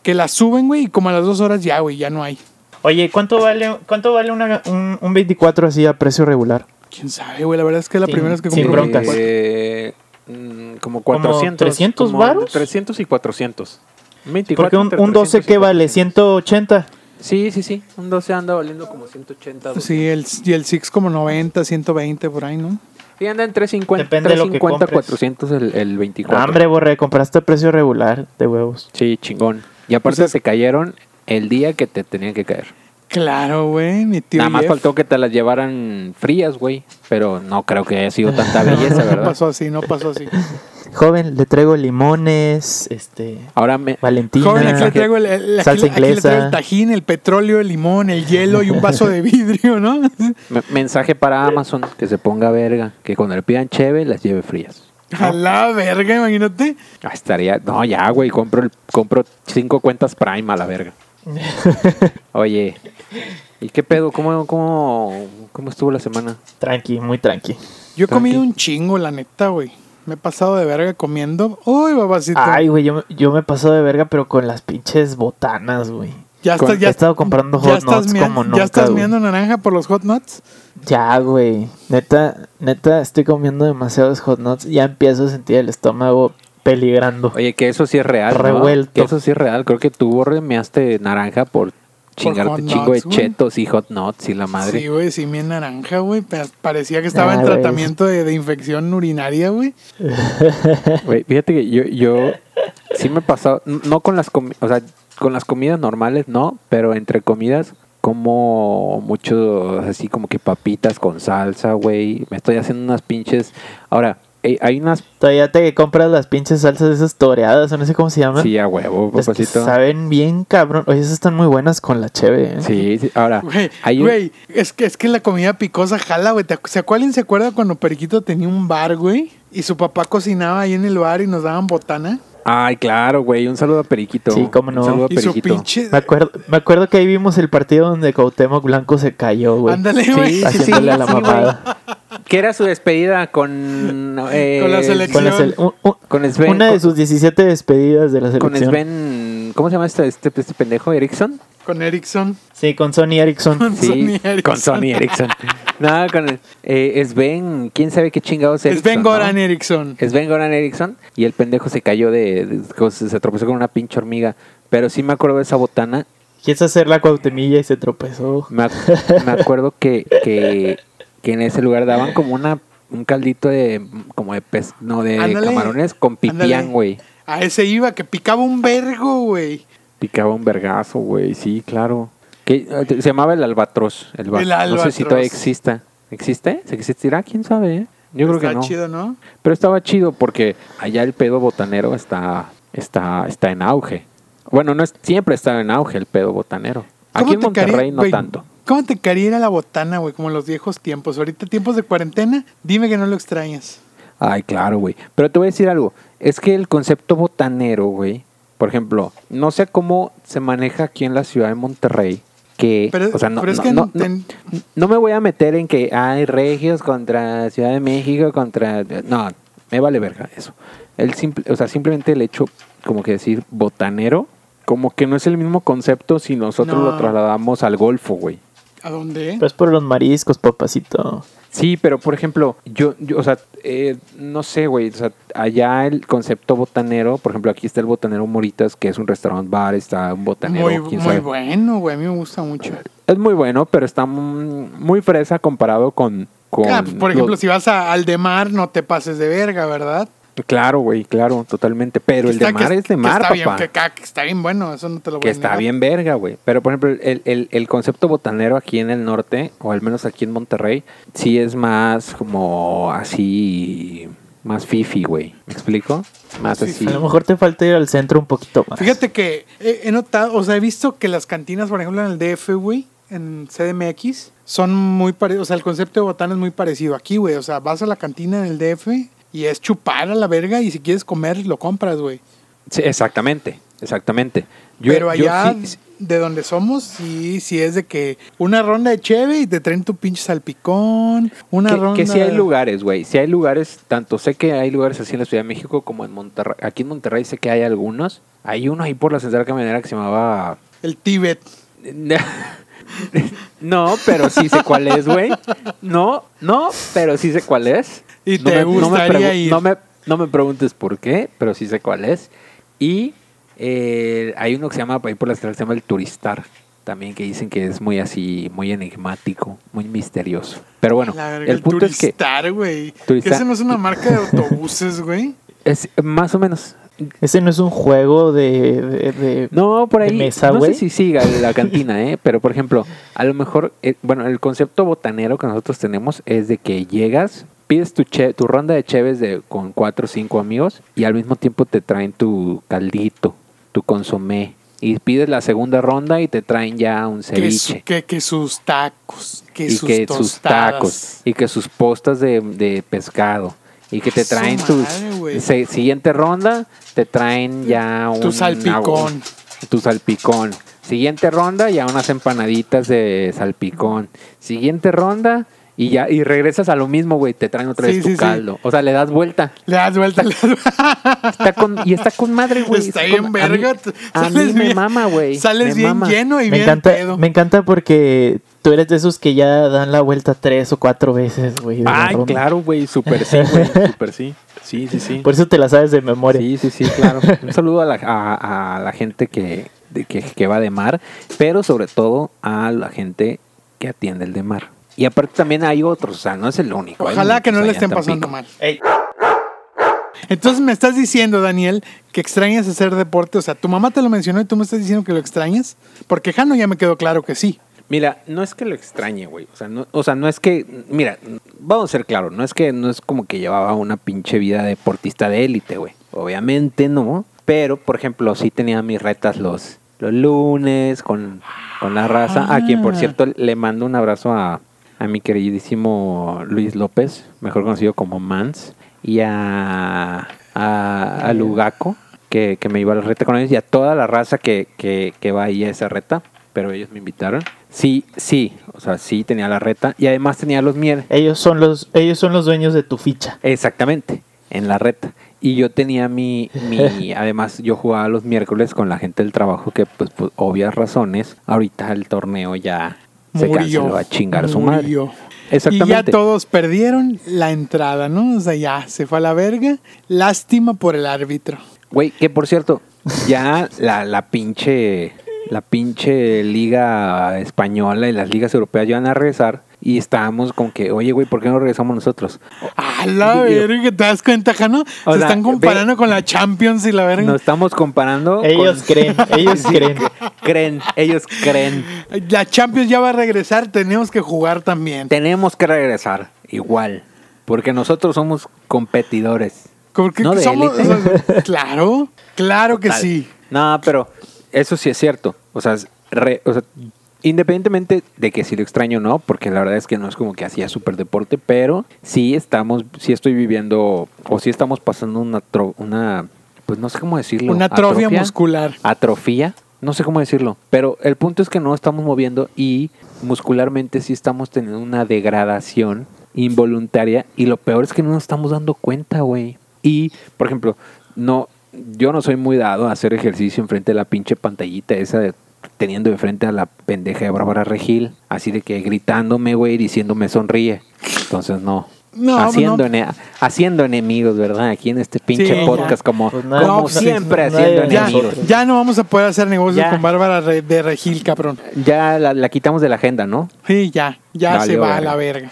Speaker 1: que las suben, güey, y como a las dos horas ya, güey, ya no hay.
Speaker 3: Oye, ¿cuánto vale, cuánto vale una- un, un 24 así a precio regular?
Speaker 1: ¿Quién sabe, güey? La verdad es que es la
Speaker 3: Sin-
Speaker 1: primera vez que
Speaker 3: sin
Speaker 1: compro
Speaker 3: broncas.
Speaker 1: un-
Speaker 2: Eh, mm, como 400.
Speaker 3: 300
Speaker 2: como
Speaker 3: varos?
Speaker 2: entre 300 y 400. 24
Speaker 3: Porque un,
Speaker 2: entre
Speaker 3: un 12
Speaker 2: 300 y
Speaker 3: que vale
Speaker 2: 400.
Speaker 3: 180.
Speaker 2: Sí, sí, sí. Un 12 anda valiendo como 180. dólares.
Speaker 1: Pues Sí, el, y el Six como 90, 120 por ahí, ¿no?
Speaker 2: Sí, anda en 350,
Speaker 3: Depende de lo que
Speaker 2: 350
Speaker 3: compres.
Speaker 2: 400 el, el 24.
Speaker 3: Ah, hombre, borré, compraste a precio regular de huevos.
Speaker 2: Sí, chingón. Y aparte
Speaker 1: Pues es-
Speaker 2: se cayeron el día que te tenían que caer.
Speaker 1: Claro, güey, mi tío
Speaker 2: Nada más
Speaker 1: Jeff.
Speaker 2: faltó que te las llevaran frías, güey. Pero no creo que haya sido tanta belleza,
Speaker 1: No
Speaker 2: ¿verdad?
Speaker 1: pasó así, no pasó así.
Speaker 3: Joven, le traigo limones, este,
Speaker 2: Ahora me...
Speaker 3: Valentina.
Speaker 1: Joven, aquí le traigo el, el- aquí,
Speaker 3: salsa
Speaker 1: le- aquí le traigo
Speaker 3: inglesa.
Speaker 1: el tajín, el petróleo, el limón, el hielo y un vaso de vidrio, ¿no?
Speaker 2: Me- Mensaje para Amazon, que se ponga verga, que cuando le pidan cheve las lleve frías.
Speaker 1: A la verga, imagínate.
Speaker 2: Ah, estaría, no, ya, güey, compro, el- compro cinco cuentas Prime a la verga. Oye, ¿y qué pedo? ¿Cómo, cómo, cómo estuvo la semana?
Speaker 3: Tranqui, muy tranqui.
Speaker 1: Yo he comido
Speaker 2: Tranqui.
Speaker 1: un chingo, la neta, güey. Me he pasado de verga comiendo. Uy, babacito.
Speaker 3: Ay, güey, yo, me- yo me paso de verga, pero con las pinches botanas, güey.
Speaker 1: ya
Speaker 3: Con-
Speaker 1: estás, ya,
Speaker 3: He estado comprando
Speaker 1: ya
Speaker 3: hot
Speaker 1: estás
Speaker 3: nuts
Speaker 1: mea-
Speaker 3: como nunca,
Speaker 1: Ya estás
Speaker 3: güey.
Speaker 1: viendo naranja por los hot nuts.
Speaker 3: Ya, güey. Neta, neta, estoy comiendo demasiados hot nuts. Ya empiezo a sentir el estómago peligrando.
Speaker 2: Oye, que eso sí es real. ¿no?
Speaker 3: Revuelto.
Speaker 2: Que eso sí es real. Creo que tú Borre, measte naranja por
Speaker 1: hot
Speaker 2: chingarte
Speaker 1: nuts,
Speaker 2: chingo de
Speaker 1: güey.
Speaker 2: chetos y hot nuts y la madre.
Speaker 1: Sí, güey, sí, bien naranja, güey. Pa- Parecía que estaba
Speaker 3: Ah,
Speaker 1: en
Speaker 3: güey.
Speaker 1: tratamiento de, de infección urinaria, güey.
Speaker 2: Güey, fíjate que yo, yo sí me he pasado, n- no con las comidas, o sea, con las comidas normales, no, pero entre comidas como mucho así como que papitas con salsa, güey. Me estoy haciendo unas pinches. Ahora, eh, hay unas
Speaker 3: Todavía te compras las pinches salsas esas toreadas, o no sé cómo se llaman.
Speaker 2: sí a huevo,
Speaker 3: Las que
Speaker 2: papacito.
Speaker 3: saben bien cabrón. Oye, esas están muy buenas con la cheve, ¿eh?
Speaker 2: Sí, sí, ahora
Speaker 1: Güey,
Speaker 2: hay un-
Speaker 1: güey, es que, es que la comida picosa jala, güey. ¿Te acu- ¿Se acuerdan- se acuerda cuando Periquito tenía un bar, güey? Y su papá cocinaba ahí en el bar y nos daban botana.
Speaker 2: Ay, claro, güey, un saludo a Periquito.
Speaker 3: Sí, cómo no.
Speaker 2: Un saludo a
Speaker 1: Y su
Speaker 2: Periquito.
Speaker 1: pinche...
Speaker 3: Me acuerdo, me acuerdo que ahí vimos el partido donde Cuauhtémoc Blanco se cayó, güey.
Speaker 1: Ándale, güey.
Speaker 2: Sí, sí, sí,
Speaker 3: Haciéndole a la
Speaker 2: sí, güey.
Speaker 3: mamada.
Speaker 2: Que era su despedida con eh,
Speaker 1: Con la selección.
Speaker 3: Con la sele- un- un-
Speaker 2: Con Sven.
Speaker 3: una de
Speaker 2: con-
Speaker 3: sus 17 despedidas de la
Speaker 2: con
Speaker 3: selección.
Speaker 2: Sven, ¿cómo se llama este, este, este pendejo? ¿Erickson?
Speaker 1: Con Erickson.
Speaker 3: Sí, con Sony Erickson.
Speaker 1: Sony Erickson.
Speaker 2: con Sony Erickson. Nada, con eh, Sven, quién sabe qué chingados
Speaker 1: Es Ben
Speaker 2: Erickson,
Speaker 1: Goran
Speaker 2: ¿no?
Speaker 1: Erickson.
Speaker 2: Sven Goran Erickson y el pendejo se cayó de, de- cos- se tropezó con una pinche hormiga, pero sí me acuerdo de esa botana,
Speaker 3: Quiso hacer la cuautemilla y se tropezó.
Speaker 2: me, ac- me acuerdo que, que que en ese lugar daban como una un caldito de como de pez, no de
Speaker 1: Ándale,
Speaker 2: eh, camarones con
Speaker 1: ándale.
Speaker 2: pipián, güey.
Speaker 1: A ese iba, que picaba un vergo, güey.
Speaker 2: Picaba un vergazo, güey. Sí, claro. Que eh, se llamaba el albatros, el, ba-
Speaker 1: El
Speaker 2: No sé si
Speaker 1: albatros.
Speaker 2: todavía exista. ¿Existe? ¿Se existirá? ¿Quién sabe? eh? Yo creo
Speaker 1: Está
Speaker 2: que no.
Speaker 1: chido, ¿no?
Speaker 2: Pero estaba chido porque allá el pedo botanero está, está, está en auge. Bueno, no es, siempre está en auge el pedo botanero. Aquí en
Speaker 1: ¿Cómo te caería-
Speaker 2: Monterrey no
Speaker 1: güey,
Speaker 2: tanto.
Speaker 1: ¿Cómo te caería ir a la botana, güey? Como en los viejos tiempos. Ahorita tiempos de cuarentena, dime que no lo extrañas.
Speaker 2: Ay, claro, güey. Pero te voy a decir algo. Es que el concepto botanero, güey, por ejemplo, no sé cómo se maneja aquí en la ciudad de Monterrey. Que,
Speaker 1: Pero-
Speaker 2: o sea, no,
Speaker 1: pero es
Speaker 2: no-
Speaker 1: que
Speaker 2: no- no-
Speaker 1: ten-
Speaker 2: no me voy a meter en que hay regios contra Ciudad de México, contra... No, me vale verga eso. El simple, o sea, simplemente el hecho, como que decir botanero, como que no es el mismo concepto si nosotros
Speaker 1: No.
Speaker 2: lo trasladamos al golfo, güey.
Speaker 1: ¿A dónde?
Speaker 3: Pero es Pues por los mariscos, papacito.
Speaker 2: Sí, pero por ejemplo, yo, yo o sea, eh, no sé, güey, o sea, allá el concepto botanero, por ejemplo, aquí está el botanero Moritas, que es un restaurante bar, está un botanero,
Speaker 1: muy
Speaker 2: quién
Speaker 1: muy
Speaker 2: sabe.
Speaker 1: bueno, güey. A mí me gusta mucho.
Speaker 2: Es muy bueno, pero está mm, muy fresa comparado con... con
Speaker 1: Ah, pues, por ejemplo,
Speaker 2: los-
Speaker 1: si vas a, al de mar, no te pases de verga, ¿verdad?
Speaker 2: Claro, güey, claro, totalmente, pero el de mar es de mar,
Speaker 1: está Bien,
Speaker 2: papá.
Speaker 1: que, ca- que está bien bueno, eso no te lo voy
Speaker 2: Que
Speaker 1: a
Speaker 2: está
Speaker 1: negar.
Speaker 2: bien verga, güey. Pero, por ejemplo, el, el- el concepto botanero aquí en el norte, o al menos aquí en Monterrey, sí es más como así, más fifi, güey. ¿Me explico? Más así.
Speaker 3: A lo mejor te falta ir al centro un poquito más.
Speaker 1: Fíjate que he, he notado, o sea, he visto que las cantinas, por ejemplo, en el DF, güey, en CDMX, son muy parecidos. O sea, el concepto de botana es muy parecido aquí, güey. O sea, vas a la cantina en el DF y es chupar a la verga y si quieres comer, lo compras, güey.
Speaker 2: Sí, exactamente, exactamente. Yo,
Speaker 1: Pero
Speaker 2: yo
Speaker 1: allá-
Speaker 2: sí,
Speaker 1: de donde somos, sí, sí es de que una ronda de cheve y te traen tu pinche salpicón, una
Speaker 2: Que,
Speaker 1: ronda...
Speaker 2: que sí hay lugares, güey. Si hay lugares, tanto sé que hay lugares así en la Ciudad de México como en Monterrey. Aquí en Monterrey sé que hay algunos. Hay uno ahí por la central camionera que se llamaba...
Speaker 1: El Tíbet.
Speaker 2: No, pero sí sé cuál es, güey. No, no, pero sí sé cuál es.
Speaker 1: Y
Speaker 2: no
Speaker 1: te gustaría
Speaker 2: pregu-
Speaker 1: ir.
Speaker 2: No me, no me preguntes por qué, pero sí sé cuál es. Y eh, hay uno que se llama, ahí por la central, se llama el Turistar. También que dicen que es muy así, muy enigmático, muy misterioso. Pero bueno,
Speaker 1: La verga,
Speaker 2: el punto es que...
Speaker 1: Turistar, güey.
Speaker 2: Turistar.
Speaker 1: Esa no es una marca de autobuses, güey.
Speaker 2: Es más o menos.
Speaker 3: Ese no es un juego de. de- de-
Speaker 2: No, por
Speaker 3: ¿De
Speaker 2: ahí.
Speaker 3: mesa,
Speaker 2: no
Speaker 3: güey?
Speaker 2: sé si siga la cantina, ¿eh? Pero, por ejemplo, a lo mejor, eh, bueno, el concepto botanero que nosotros tenemos es de que llegas, pides tu, che- tu ronda de cheves de, con cuatro o cinco amigos y al mismo tiempo te traen tu caldito, tu consomé. Y pides la segunda ronda y te traen ya
Speaker 1: Que,
Speaker 2: un
Speaker 1: su-
Speaker 2: ceviche.
Speaker 1: que, que sus tacos, que
Speaker 2: y
Speaker 1: sus
Speaker 2: que sus
Speaker 1: tostadas.
Speaker 2: tacos y que sus postas de, de pescado y que
Speaker 1: Ah,
Speaker 2: te
Speaker 1: su
Speaker 2: traen
Speaker 1: madre, güey.
Speaker 2: tus se- siguiente ronda te traen ya un
Speaker 1: Tu salpicón.
Speaker 2: agu- tu salpicón siguiente ronda ya unas empanaditas de salpicón siguiente ronda y ya y regresas a lo mismo güey te traen otra
Speaker 1: Sí,
Speaker 2: vez tu
Speaker 1: sí, sí.
Speaker 2: caldo o sea le das vuelta
Speaker 1: Le das vuelta, le das vuelta.
Speaker 2: Está con- y está con madre güey
Speaker 1: Está
Speaker 2: con-
Speaker 1: bien verga.
Speaker 2: a mí, a mí
Speaker 1: Sales
Speaker 2: me
Speaker 1: bien-
Speaker 2: mama güey
Speaker 1: Sales
Speaker 2: me
Speaker 1: bien
Speaker 2: mama.
Speaker 1: lleno y
Speaker 3: me,
Speaker 1: bien
Speaker 3: encanta,
Speaker 1: pedo.
Speaker 3: me encanta porque tú eres de esos que ya dan la vuelta tres o cuatro veces, güey. de la
Speaker 2: Ay,
Speaker 3: ronda.
Speaker 2: claro, güey, super sí, güey, super sí. Sí, sí, sí.
Speaker 3: Por eso te la sabes de memoria.
Speaker 2: Sí, sí, sí, claro. Un saludo a la, a- a la gente que, de- que, que va de mar, pero sobre todo a la gente que atiende el de mar. Y aparte también hay otros, o sea, no es el único. hay
Speaker 1: Ojalá que no
Speaker 2: muchos
Speaker 1: le
Speaker 2: allá en
Speaker 1: estén pasando
Speaker 2: Tampico.
Speaker 1: mal.
Speaker 3: Ey.
Speaker 1: Entonces me estás diciendo, Daniel, que extrañas hacer deporte. O sea, tu mamá te lo mencionó y tú me estás diciendo que lo extrañas. Porque Jano ya me quedó claro que sí.
Speaker 2: Mira, no es que lo extrañe, güey. O sea, no, o sea, no es que, mira, vamos a ser claros, no es que no es como que llevaba una pinche vida deportista de élite, güey. Obviamente no. Pero, por ejemplo, sí tenía mis retas los, los lunes con, con la raza, a quien por cierto le mando un abrazo a, a mi queridísimo Luis López, mejor conocido como Mans, y a, a, a Lugaco, que, que me iba a la reta con ellos, y a toda la raza que, que, que va ahí a esa reta, pero ellos me invitaron. Sí, sí, o sea, sí tenía la reta, y además tenía los mier.
Speaker 3: Ellos son los, ellos son los dueños de tu ficha.
Speaker 2: Exactamente, en la reta. Y yo tenía mi, mi- además yo jugaba los miércoles con la gente del trabajo que pues por obvias razones, ahorita el torneo ya se canceló a chingar a su madre.
Speaker 1: murió. Y ya
Speaker 2: Exactamente.
Speaker 1: todos perdieron la entrada, ¿no? O sea, ya se fue a la verga. Lástima por el árbitro.
Speaker 2: Güey, que por cierto, ya la, la pinche la pinche liga española y las ligas europeas ya van a regresar y estábamos con que, "Oye, güey, ¿por qué no regresamos nosotros?"
Speaker 1: A la
Speaker 2: Digo-
Speaker 1: verga, ¿te das cuenta, Jano?
Speaker 2: O
Speaker 1: se
Speaker 2: sea,
Speaker 1: están comparando con la Champions y la verga.
Speaker 2: Nos estamos comparando con-
Speaker 3: Ellos creen, ellos
Speaker 2: Sí,
Speaker 3: creen.
Speaker 2: creen, ellos creen.
Speaker 1: La Champions ya va a regresar, tenemos que jugar también.
Speaker 2: Tenemos que regresar, igual. Porque nosotros somos competidores.
Speaker 1: Porque
Speaker 2: No de
Speaker 1: somos-
Speaker 2: élite.
Speaker 1: o sea, claro, claro que
Speaker 2: Tal.
Speaker 1: sí.
Speaker 2: No, pero eso sí es cierto. O sea, es re- o sea, independientemente de que si lo extraño o no, porque la verdad es que no es como que hacía super deporte, pero sí estamos, sí estoy viviendo, o sí estamos pasando una, tro- una pues no sé cómo decirlo.
Speaker 1: Una atrofia muscular.
Speaker 2: Atrofía. No sé cómo decirlo, pero el punto es que no estamos moviendo y muscularmente sí estamos teniendo una degradación involuntaria y lo peor es que no nos estamos dando cuenta, güey. Y, por ejemplo, no, yo no soy muy dado a hacer ejercicio enfrente de la pinche pantallita esa de- teniendo enfrente a la pendeja de Bárbara Regil, así de que gritándome, güey, diciéndome sonríe. Entonces no.
Speaker 1: No,
Speaker 2: haciendo,
Speaker 1: no.
Speaker 2: ene- haciendo enemigos, ¿verdad? Aquí en este pinche
Speaker 1: ya.
Speaker 2: podcast, como,
Speaker 3: Pues nada,
Speaker 2: como
Speaker 1: pues,
Speaker 2: siempre
Speaker 3: sí,
Speaker 2: haciendo
Speaker 3: nadie-
Speaker 1: Ya,
Speaker 2: enemigos.
Speaker 3: nosotros.
Speaker 1: ya no vamos a poder hacer negocios
Speaker 2: Ya.
Speaker 1: con Bárbara Re- de Regil, cabrón.
Speaker 2: Ya la, la quitamos de la agenda, ¿no?
Speaker 1: Sí, ya, ya
Speaker 2: Valió
Speaker 1: se va a
Speaker 2: verga.
Speaker 1: la verga.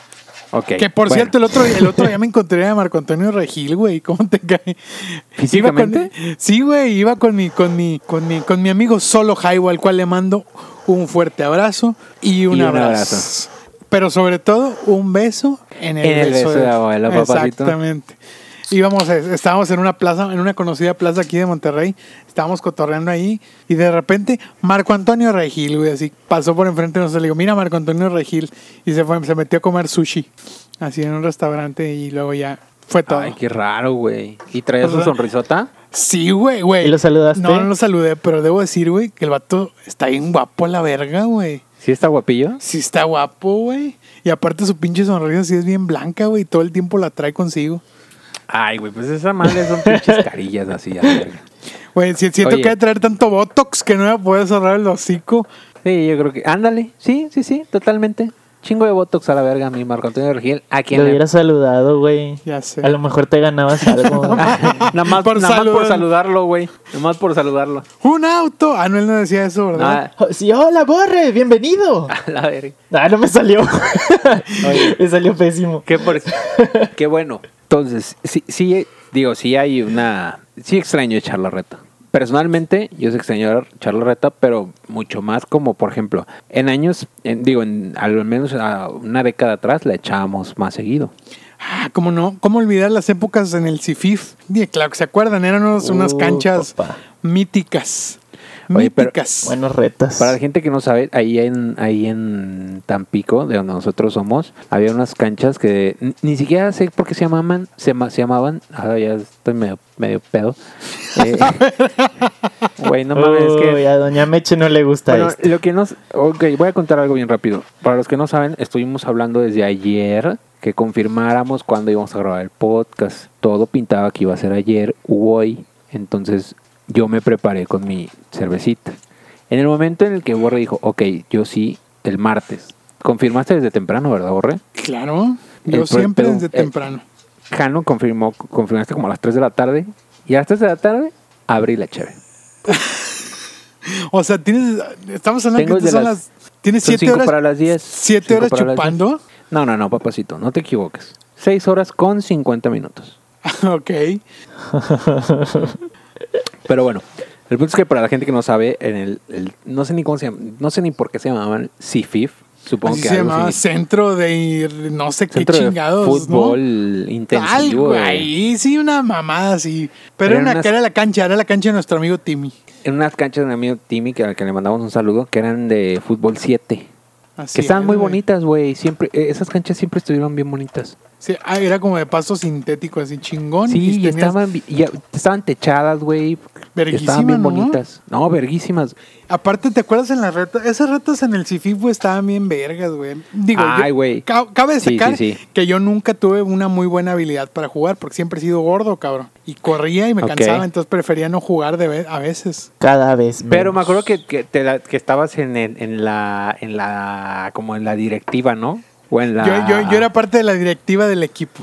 Speaker 2: Ok.
Speaker 1: Que por
Speaker 2: bueno.
Speaker 1: cierto, el otro, el otro día me encontré a Marco Antonio Regil, güey. ¿Cómo te cae? Iba con-
Speaker 2: ¿Físicamente?
Speaker 1: sí, güey, iba con mi, con mi, con mi, con mi amigo Solo Jaibo, al cual le mando un fuerte abrazo y un,
Speaker 2: Y un
Speaker 1: abrazo.
Speaker 2: abrazo.
Speaker 1: Pero sobre todo, un beso en el,
Speaker 2: En el beso de abuelo, papacito.
Speaker 1: Exactamente. Íbamos, a- estábamos en una plaza, en una conocida plaza aquí de Monterrey, estábamos cotorreando ahí y de repente Marco Antonio Regil, güey, así pasó por enfrente de nosotros, le digo, mira Marco Antonio Regil y se fue, se metió a comer sushi, así en un restaurante y luego ya fue todo.
Speaker 2: Ay, qué raro, güey. ¿Y traías
Speaker 1: O sea,
Speaker 2: su sonrisota?
Speaker 1: Sí, güey, güey.
Speaker 3: ¿Y lo saludaste?
Speaker 1: No, no lo saludé, pero debo decir, güey, que el vato está bien guapo a la verga, güey.
Speaker 2: ¿Sí está guapillo?
Speaker 1: Sí está guapo, güey. Y aparte su pinche sonrisa sí es bien blanca, güey. y Todo el tiempo la trae consigo.
Speaker 2: Ay, güey, pues esa madre son pinches carillas así. a la verga.
Speaker 1: Güey, si siento
Speaker 2: Oye.
Speaker 1: que voy a traer tanto Botox que no voy a poder cerrar el hocico.
Speaker 2: Sí, yo creo que. Ándale, sí, sí, sí, totalmente. Chingo de botox a la verga, mi Marco Antonio Regil. ¿A
Speaker 3: Lo
Speaker 2: quién le-
Speaker 3: hubiera saludado, güey.
Speaker 1: Ya sé.
Speaker 3: A lo mejor te ganabas algo. güey.
Speaker 2: Nada más
Speaker 1: Por
Speaker 2: por, nada más por
Speaker 1: saludar.
Speaker 2: saludarlo, güey. Nada más por saludarlo.
Speaker 1: ¡Un auto! Anuel no decía eso, ¿verdad?
Speaker 2: Nada,
Speaker 3: Sí, hola, Borre, bienvenido.
Speaker 2: a la verga.
Speaker 3: Ah, no me salió. me salió pésimo.
Speaker 2: Qué, por- qué bueno. Entonces, sí, sí, eh, digo, sí hay una... Sí extraño echar la reta. Personalmente, yo sé extrañar echar la reta, pero mucho más como, por ejemplo, en años, en- digo, en, al menos a una década atrás la echábamos más seguido.
Speaker 1: Ah, ¿cómo no? ¿Cómo olvidar las épocas en el CIFIF? Bien, claro que se acuerdan, eran unos- unas
Speaker 3: Uh,
Speaker 1: canchas
Speaker 3: papá.
Speaker 1: míticas.
Speaker 2: Oye, pero-
Speaker 1: míticas.
Speaker 3: Buenos retas.
Speaker 2: Para la gente que no sabe, ahí en, ahí en Tampico, de donde nosotros somos, había unas canchas que ni- ni siquiera sé por qué se llamaban, se, ma- se llamaban, ahora ya estoy medio, medio pedo. Eh, Güey, no mames, es que...
Speaker 3: Uy, a Doña Meche no le gusta
Speaker 2: Bueno,
Speaker 3: esto.
Speaker 2: lo que nos... Ok, voy a contar algo bien rápido. Para los que no saben, estuvimos hablando desde ayer que confirmáramos cuándo íbamos a grabar el podcast. Todo pintaba que iba a ser ayer u hoy. Entonces yo me preparé con mi cervecita. En el momento en el que Borre dijo, ok, yo sí, el martes. Confirmaste desde temprano, ¿verdad, Borre?
Speaker 1: Claro.
Speaker 2: El
Speaker 1: Yo
Speaker 2: pro-
Speaker 1: siempre
Speaker 2: pero-
Speaker 1: desde
Speaker 2: eh,
Speaker 1: temprano.
Speaker 2: Jano confirmó, confirmaste como a las 3 de la tarde. Y a las 3 de la tarde abrí la cheve.
Speaker 1: O sea, tienes. Estamos hablando
Speaker 2: Tengo
Speaker 1: que tú
Speaker 2: desde
Speaker 1: son
Speaker 2: las-
Speaker 1: las. Tienes
Speaker 2: son
Speaker 1: siete
Speaker 2: cinco
Speaker 1: horas.
Speaker 2: para las diez,
Speaker 1: Siete
Speaker 2: cinco
Speaker 1: horas
Speaker 2: para las diez.
Speaker 1: chupando.
Speaker 2: No, no, no, papacito, no te equivoques. 6 horas con 50 minutos.
Speaker 1: ok.
Speaker 2: Pero bueno, el punto es que para la gente que no sabe, en el, el- no sé ni cómo se llama, no sé ni por qué se llamaban CFIF, supongo
Speaker 1: Así
Speaker 2: que
Speaker 1: se
Speaker 2: algo
Speaker 1: llamaba
Speaker 2: significa-
Speaker 1: centro de no sé qué
Speaker 2: centro de
Speaker 1: chingados. ¿no?
Speaker 2: fútbol intensivo. eh,
Speaker 1: Algo
Speaker 2: de-
Speaker 1: ahí, sí, una mamada así.
Speaker 2: Pero
Speaker 1: Pero
Speaker 2: eran
Speaker 1: era, una,
Speaker 2: unas-
Speaker 1: que era la cancha, era la cancha de nuestro amigo Timmy.
Speaker 2: En unas canchas de mi amigo Timmy, que al que le mandamos un saludo, que eran de fútbol 7.
Speaker 1: Así
Speaker 2: que estaban
Speaker 1: es,
Speaker 2: muy
Speaker 1: güey.
Speaker 2: bonitas, güey. Siempre, eh, esas canchas siempre estuvieron bien bonitas.
Speaker 1: Sí, ah, era como de pasto sintético, así chingón.
Speaker 2: Sí, y
Speaker 1: tenías-
Speaker 2: estaban, bi- y ya- estaban techadas, güey. Estaban
Speaker 1: Verguísima,
Speaker 2: bien
Speaker 1: ¿no?
Speaker 2: bonitas. No, verguísimas.
Speaker 1: Aparte, ¿te acuerdas en las retas? Esas retas en el Cifif güey, estaban bien vergas, güey. Digo,
Speaker 2: Ay,
Speaker 1: yo-
Speaker 2: güey.
Speaker 1: ca- cabe
Speaker 2: Sí,
Speaker 1: destacar
Speaker 2: sí, sí.
Speaker 1: que yo nunca tuve una muy buena habilidad para jugar, porque siempre he sido gordo, cabrón. Y corría y me
Speaker 2: Ok.
Speaker 1: cansaba, entonces prefería no jugar de ve- a veces.
Speaker 3: Cada vez menos.
Speaker 2: Pero me acuerdo que, que, te la- que estabas en, el- en la en la como en la directiva, ¿no? O en la
Speaker 1: Yo, yo- yo era parte de la directiva del equipo.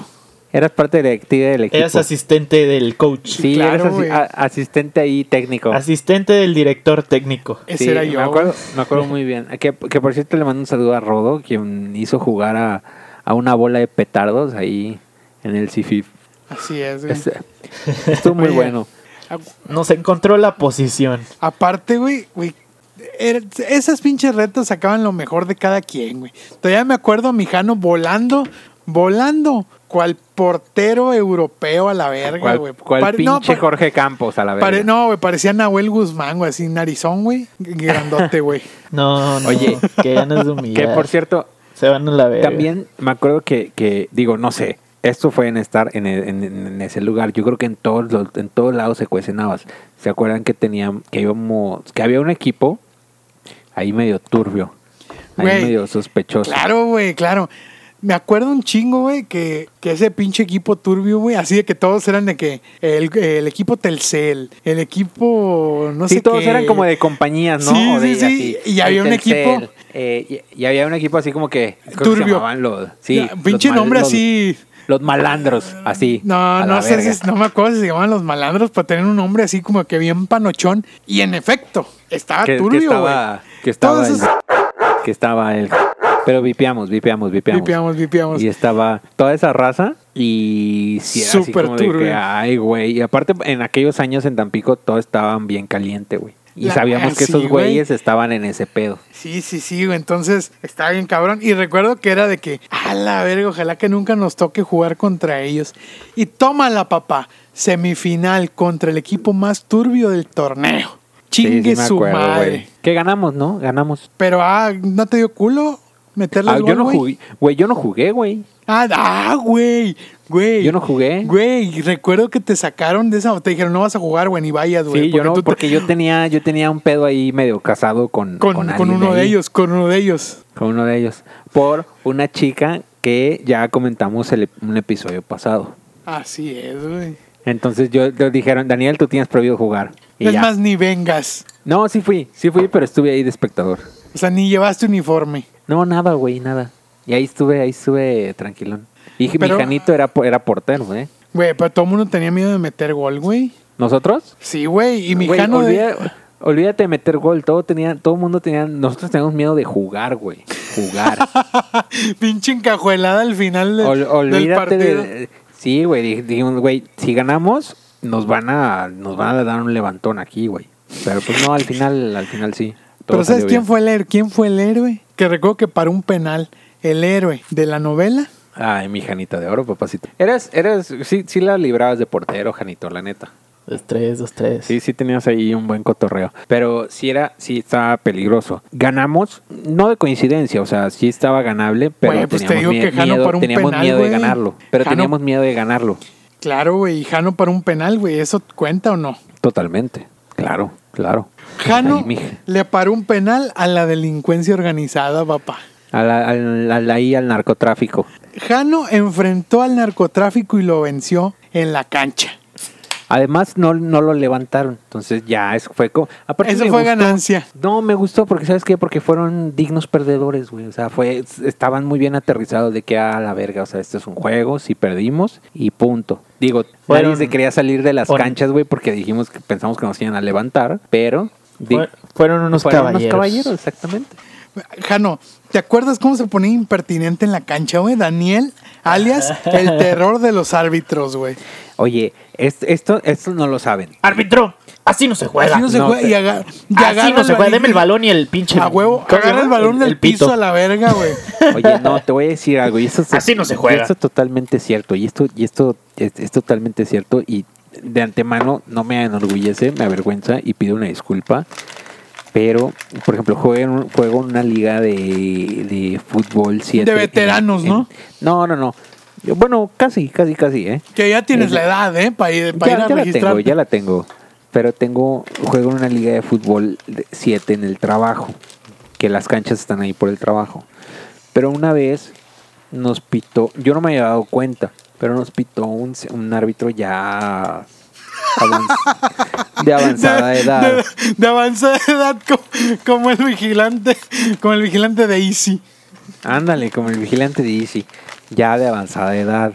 Speaker 2: eras parte de la directiva del equipo.
Speaker 3: Eras asistente del coach.
Speaker 2: Sí,
Speaker 1: claro,
Speaker 2: eras asi-
Speaker 1: güey.
Speaker 2: a- asistente ahí técnico.
Speaker 3: Asistente del director técnico.
Speaker 1: Ese
Speaker 2: Sí,
Speaker 1: era
Speaker 2: me
Speaker 1: yo.
Speaker 2: acuerdo,
Speaker 1: güey.
Speaker 2: me acuerdo muy bien. Que, que por cierto le mando un saludo a Rodo, quien hizo jugar a, a una bola de petardos ahí en el CIFIF.
Speaker 1: Así es, güey.
Speaker 2: Este- Estuvo muy
Speaker 1: Oye.
Speaker 2: bueno.
Speaker 1: A-
Speaker 3: Nos encontró la posición.
Speaker 1: Aparte, güey, güey, era- esas pinches retas sacaban lo mejor de cada quien, güey. Todavía me acuerdo a Mijano volando, volando, cual portero europeo a la verga,
Speaker 2: ¿Cuál,
Speaker 1: güey.
Speaker 2: cuál
Speaker 1: Pare- no,
Speaker 2: pinche
Speaker 1: pa-
Speaker 2: Jorge Campos a la verga?
Speaker 1: pare- no, güey, parecía Nahuel Guzmán, güey, así narizón, güey, grandote, güey.
Speaker 3: No, no.
Speaker 2: Oye.
Speaker 3: Qué ganas de
Speaker 2: que
Speaker 3: humillar.
Speaker 2: por cierto,
Speaker 3: Se van a la verga.
Speaker 2: También me acuerdo que, que, digo, no sé, esto fue en estar en, e- en- en ese lugar. Yo creo que en todos los- en todos lados se cuecen habas. ¿Se acuerdan que tenían, que íbamos, que había un equipo ahí medio turbio, ahí
Speaker 1: Güey,
Speaker 2: medio sospechoso?
Speaker 1: Claro, güey, claro. Me acuerdo un chingo, güey, que, que ese pinche equipo turbio, güey, así de que todos eran de que el, el equipo Telcel, el equipo, no
Speaker 2: sí,
Speaker 1: sé
Speaker 2: todos
Speaker 1: qué.
Speaker 2: eran como de compañías, ¿no?
Speaker 1: Sí,
Speaker 2: O
Speaker 1: sí,
Speaker 2: de-
Speaker 1: sí.
Speaker 2: así,
Speaker 1: Y había un
Speaker 2: Telcel,
Speaker 1: equipo-
Speaker 2: eh, y, y había un equipo así como que. creo que se
Speaker 1: Turbio.
Speaker 2: llamaban los, sí,
Speaker 1: Ya,
Speaker 2: los
Speaker 1: pinche
Speaker 2: mal-
Speaker 1: nombre
Speaker 2: los-
Speaker 1: así.
Speaker 2: Los malandros, así. a
Speaker 1: No,
Speaker 2: la
Speaker 1: no sé,
Speaker 2: verga.
Speaker 1: si, no me acuerdo si se llamaban los malandros para tener un nombre así como que bien panochón. Y en efecto, estaba
Speaker 2: que, que
Speaker 1: Ah, turbio, güey.
Speaker 2: estaba, que estaba
Speaker 1: Todos
Speaker 2: el,
Speaker 1: esos-
Speaker 2: que estaba el pero vipeamos, vipeamos, vipeamos.
Speaker 1: Vipeamos, vipeamos.
Speaker 2: Y estaba toda esa raza y sí, era así
Speaker 1: Súper
Speaker 2: como de que,
Speaker 1: turbio.
Speaker 2: ay, güey, y aparte en aquellos años en Tampico todo estaban bien caliente, güey. Y
Speaker 1: La-
Speaker 2: sabíamos que
Speaker 1: sí,
Speaker 2: esos
Speaker 1: güey.
Speaker 2: güeyes estaban en ese pedo.
Speaker 1: Sí, sí, sí, güey. Entonces estaba bien cabrón. Y recuerdo que era de que, a la verga, ojalá que nunca nos toque jugar contra ellos. Y tómala, papá. Semifinal contra el equipo más turbio del torneo.
Speaker 2: Sí, sí
Speaker 1: Chingue
Speaker 2: me
Speaker 1: su
Speaker 2: acuerdo,
Speaker 1: madre.
Speaker 2: güey. Que ganamos, ¿no? Ganamos.
Speaker 1: Pero, ah, ¿no te dio culo? Meterle
Speaker 2: Ah,
Speaker 1: el
Speaker 2: yo
Speaker 1: gol,
Speaker 2: no
Speaker 1: güey.
Speaker 2: jugué, güey, yo no jugué, güey.
Speaker 1: Ah, ah, güey, güey.
Speaker 2: Yo no jugué.
Speaker 1: Güey, recuerdo que te sacaron de esa, te dijeron, no vas a jugar, güey, ni vayas, güey.
Speaker 2: Sí, yo no,
Speaker 1: tú te-
Speaker 2: porque yo tenía, yo tenía un pedo ahí medio casado con
Speaker 1: Con,
Speaker 2: con
Speaker 1: con
Speaker 2: alguien
Speaker 1: uno de
Speaker 2: ahí.
Speaker 1: ellos, con uno de ellos.
Speaker 2: Con uno de ellos. Por una chica que ya comentamos el, un episodio pasado.
Speaker 1: Así es, güey.
Speaker 2: Entonces yo le dijeron, Daniel, tú tienes prohibido jugar. Y
Speaker 1: Es
Speaker 2: ya.
Speaker 1: más, ni vengas.
Speaker 2: No, sí fui, sí fui, pero estuve ahí de espectador.
Speaker 1: O sea, ni llevaste uniforme.
Speaker 2: No, nada, güey, nada. Y ahí estuve, ahí estuve tranquilón. Y
Speaker 1: Pero-
Speaker 2: mi Janito era, po- era portero, ¿eh? güey.
Speaker 1: Güey, pero todo el mundo tenía miedo de meter gol, güey.
Speaker 2: ¿Nosotros?
Speaker 1: Sí, güey, y mi
Speaker 2: Güey,
Speaker 1: jano de...
Speaker 2: olvida- Olvídate de meter gol, todo tenía, todo el mundo tenía, nosotros teníamos miedo de jugar, güey. Jugar.
Speaker 1: Pinche encajuelada al final de-
Speaker 2: Ol-
Speaker 1: del
Speaker 2: olvídate
Speaker 1: partido.
Speaker 2: de. Sí, güey. dij- Dijimos, güey, si ganamos, nos van a, nos van a dar un levantón aquí, güey. Pero pues no, al final, al final sí. todo
Speaker 1: Pero ¿sabes
Speaker 2: salió
Speaker 1: quién
Speaker 2: bien.
Speaker 1: fue el héroe? ¿Quién fue el héroe? Que recuerdo que paró un penal. El héroe de la novela.
Speaker 2: Ay, mi Janita de oro, papacito. Eras, eras, sí, sí la librabas de portero, Janito, la neta.
Speaker 3: Dos, tres, dos, tres.
Speaker 2: Sí, sí tenías ahí un buen cotorreo. Pero sí era, sí estaba peligroso. Ganamos, no de coincidencia, o sea, sí estaba ganable, pero
Speaker 1: Güey, pues te
Speaker 2: teníamos,
Speaker 1: digo
Speaker 2: mie-
Speaker 1: que Jano
Speaker 2: miedo,
Speaker 1: para un
Speaker 2: teníamos
Speaker 1: penal,
Speaker 2: miedo
Speaker 1: güey.
Speaker 2: de ganarlo. Pero
Speaker 1: Jano-
Speaker 2: teníamos miedo de ganarlo.
Speaker 1: Claro, güey, y Jano paró un penal, güey. ¿Eso cuenta o no?
Speaker 2: Totalmente. Claro, claro.
Speaker 1: Jano
Speaker 2: Ay, mija.
Speaker 1: le paró un penal a la delincuencia organizada, papá.
Speaker 2: A la- al, al- ahí al narcotráfico.
Speaker 1: Jano enfrentó al narcotráfico y lo venció en la cancha.
Speaker 2: Además, no, no lo levantaron. Entonces, ya, eso fue como. Aparte,
Speaker 1: Eso
Speaker 2: me
Speaker 1: fue
Speaker 2: gustó.
Speaker 1: ganancia.
Speaker 2: No, me gustó porque, ¿sabes qué? Porque fueron dignos perdedores, güey. O sea, fue, es- estaban muy bien aterrizados de que a la verga, o sea, este es un juego, si perdimos y punto. Digo,
Speaker 3: Fueron-
Speaker 2: nadie se quería salir de las
Speaker 3: fueron-
Speaker 2: canchas, güey, porque dijimos que pensamos que nos iban a levantar, pero. di-
Speaker 3: Fue- fueron unos
Speaker 2: fueron
Speaker 3: caballeros.
Speaker 2: unos caballeros, exactamente.
Speaker 1: Jano, ¿te acuerdas cómo se ponía impertinente en la cancha, güey? Daniel, alias el terror de los árbitros, güey.
Speaker 2: Oye, es- esto, esto no lo saben.
Speaker 3: Árbitro, así Pues, no se juega.
Speaker 1: Así no se
Speaker 2: No,
Speaker 1: juega
Speaker 2: te-
Speaker 1: y, aga- y
Speaker 3: Así
Speaker 1: agarra
Speaker 3: no se juega.
Speaker 1: balín
Speaker 3: Deme el balón y el pinche.
Speaker 1: A huevo,
Speaker 3: ¿cómo se
Speaker 1: agarra
Speaker 3: llama?
Speaker 1: el balón del
Speaker 3: pito.
Speaker 1: piso a la verga, güey.
Speaker 2: Oye, no, te voy a decir algo. Y esto es-
Speaker 3: Así no se juega.
Speaker 2: y esto es totalmente cierto. Y esto, y esto es, es totalmente cierto. Y de antemano no me enorgullece, me avergüenza y pido una disculpa. Pero, por ejemplo, juego en, un- juego en una liga de, de fútbol 7.
Speaker 1: De veteranos, ¿no?
Speaker 2: No, no, no. Yo- Bueno, casi, casi, casi, ¿eh?
Speaker 1: Que ya tienes
Speaker 2: Es-
Speaker 1: la edad, ¿eh? Para ir, pa'
Speaker 2: Ya,
Speaker 1: ir a
Speaker 2: ya la tengo,
Speaker 1: registrar.
Speaker 2: ya la tengo. Pero tengo, juego en una liga de fútbol 7 en el trabajo, que las canchas están ahí por el trabajo. Pero una vez nos pitó, yo no me había dado cuenta, pero nos pitó un, se- un árbitro ya avanz- de avanzada edad.
Speaker 1: De, de avanzada edad como, como el vigilante, como el vigilante de Easy.
Speaker 2: Ándale, como el vigilante de Easy, ya de avanzada edad.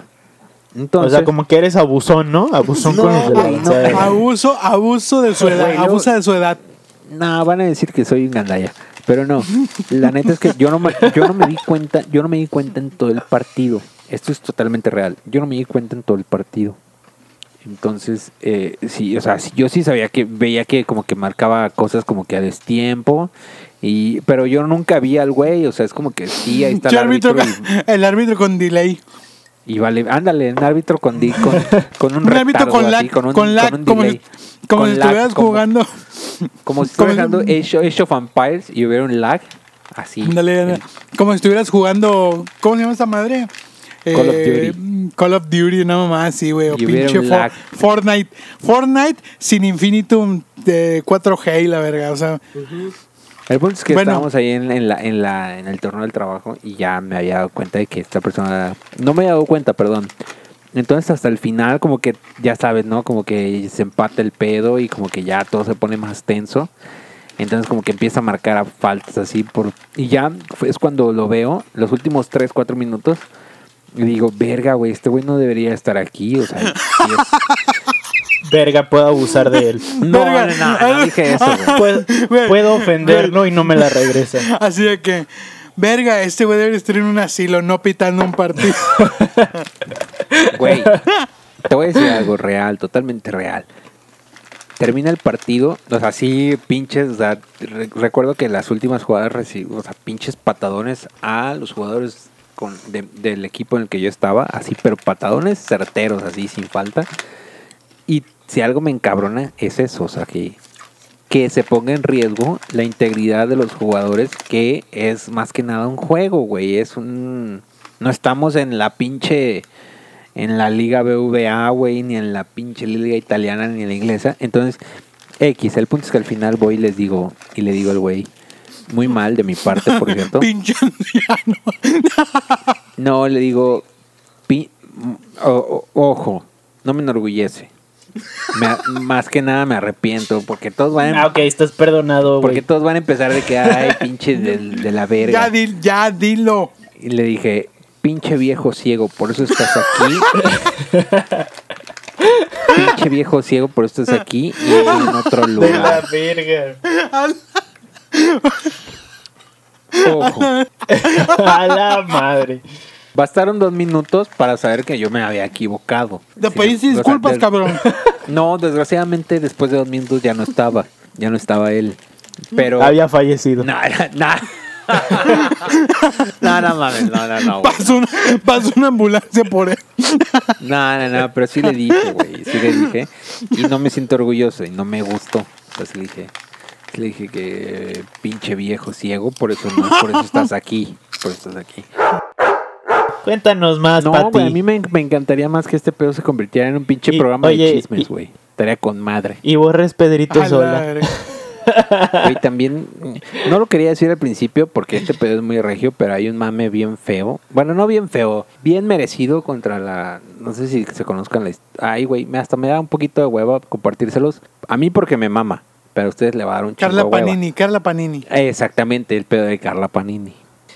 Speaker 2: Entonces,
Speaker 3: o sea, como que eres abusón, ¿no? Abusón con los de la
Speaker 2: güey, no,
Speaker 3: avanzada.
Speaker 1: Abuso, abuso de su edad,
Speaker 2: Güey, no.
Speaker 1: abusa de su edad.
Speaker 2: No, van a decir que soy un gandalla. Pero no, la neta es que yo no, me, yo no me di cuenta, yo no me di cuenta en todo el partido. Esto es totalmente real. Yo no me di cuenta en todo el partido. Entonces, eh, sí, o sea, sí- yo sí sabía que veía que como que marcaba cosas como que a destiempo. Y, pero yo nunca vi al güey, o sea, es como que sí, ahí está el
Speaker 1: Yo árbitro,
Speaker 2: árbitro.
Speaker 1: con- el árbitro con delay.
Speaker 2: Y, y vale, ándale, un árbitro con, di- con, con un,
Speaker 1: Un, árbitro
Speaker 2: retardo
Speaker 1: con
Speaker 2: así,
Speaker 1: lag,
Speaker 2: con un,
Speaker 1: con lag,
Speaker 2: con un
Speaker 1: como
Speaker 2: delay.
Speaker 1: si, como
Speaker 2: Con
Speaker 1: si
Speaker 2: lag,
Speaker 1: estuvieras
Speaker 2: como-
Speaker 1: jugando.
Speaker 2: como si estuviera
Speaker 1: Como-
Speaker 2: jugando Age, Age of Empires y hubiera un lag. Así.
Speaker 1: Ándale, ándale. Como si estuvieras jugando. ¿Cómo se llama esa madre?
Speaker 2: Call of Duty.
Speaker 1: mm, Call of Duty, no más, sí, güey. O
Speaker 2: Y hubiera
Speaker 1: pinche
Speaker 2: un
Speaker 1: For-
Speaker 2: lag.
Speaker 1: Fortnite. Fortnite sin Infinitum de 4G y la verga. O sea,
Speaker 2: El punto es que
Speaker 1: Bueno.
Speaker 2: estábamos ahí en, en la, en, la, en el torneo del trabajo y ya me había dado cuenta de que esta persona... No me había dado cuenta, perdón. Entonces hasta el final como que, ya sabes, ¿no? Como que se empata el pedo y como que ya todo se pone más tenso. Entonces como que empieza a marcar a faltas así por... Y ya fue- es cuando lo veo, los últimos 3, 4 minutos. Y digo, verga, güey, este güey no debería estar aquí. O sea, sí es-
Speaker 3: Verga, puedo abusar de él.
Speaker 2: no,
Speaker 1: Verga.
Speaker 2: no, no, no dije eso, güey.
Speaker 3: Puedo,
Speaker 1: Güey.
Speaker 3: Pues, puedo ofenderlo y no me la regresa.
Speaker 1: así de que. Verga, este güey debe estar en un asilo, no pitando un partido.
Speaker 2: Güey, te voy a decir algo real, totalmente real. Termina el partido, o sea, sí, pinches, o sea, re- recuerdo que las últimas jugadas recibo, o sea, pinches patadones a los jugadores con, de- del equipo en el que yo estaba, así, pero patadones certeros, así, sin falta. Y si algo me encabrona es eso, o sea, que, que se ponga en riesgo la integridad de los jugadores, que es más que nada un juego, güey. Es un. No estamos en la pinche. En la liga BVA, güey, ni en la pinche liga italiana, ni en la inglesa. Entonces, X, el punto es que al final voy y les digo, y le digo al güey, muy mal de mi parte, por cierto.
Speaker 1: Pinche anciano.
Speaker 2: No, le digo, pi- o- o- ojo, no me enorgullece. Me a- más que nada me arrepiento, porque todos van
Speaker 3: Ah,
Speaker 2: a, em-,
Speaker 3: ok, estás perdonado,
Speaker 2: porque
Speaker 3: güey.
Speaker 2: todos van a empezar de que, ay, pinche del- de, la
Speaker 1: ya,
Speaker 2: verga.
Speaker 1: di- ya dilo.
Speaker 2: Y le dije, pinche viejo ciego, por eso estás aquí. pinche viejo ciego, por eso estás aquí y en otro
Speaker 3: De la
Speaker 2: lugar.
Speaker 3: verga.
Speaker 2: Ojo.
Speaker 3: A la madre.
Speaker 2: Bastaron dos minutos para saber que yo me había equivocado.
Speaker 1: Te
Speaker 2: Sí,
Speaker 1: pedí
Speaker 2: o sea,
Speaker 1: disculpas,
Speaker 2: des-
Speaker 1: cabrón.
Speaker 2: No, desgraciadamente después de dos minutos ya no estaba. Ya no estaba él. Pero.
Speaker 3: Había fallecido.
Speaker 2: No, era- no. no, no mames, no, no, no. güey.
Speaker 1: Pasó una, pasó una ambulancia por él.
Speaker 2: No, no, no, pero sí le dije, güey. Sí le dije. Y no me siento orgulloso y no me gustó. Entonces le dije. sí Le dije que eh, pinche viejo ciego, por eso no, por eso estás aquí. Por eso estás aquí.
Speaker 3: Cuéntanos más,
Speaker 2: No,
Speaker 3: Pati.
Speaker 2: güey, a mí me, me encantaría más que este pedo se convirtiera en un pinche
Speaker 3: Y-
Speaker 2: programa
Speaker 3: oye,
Speaker 2: de chismes,
Speaker 3: y-
Speaker 2: güey. Estaría con madre.
Speaker 3: Y borres Pedrito
Speaker 1: A la
Speaker 3: sola.
Speaker 1: verga.
Speaker 2: Güey, también, mm, no lo quería decir al principio porque este pedo es muy regio, pero hay un mame bien feo. Bueno, no bien feo, bien merecido contra la... No sé si se conozcan la... his- Ay, güey, me- hasta me da un poquito de hueva compartírselos. A mí porque me mama, pero a ustedes le va a dar un chingo de
Speaker 1: Carla
Speaker 2: hueva.
Speaker 1: Panini, Carla Panini.
Speaker 2: Exactamente, el pedo de Carla Panini.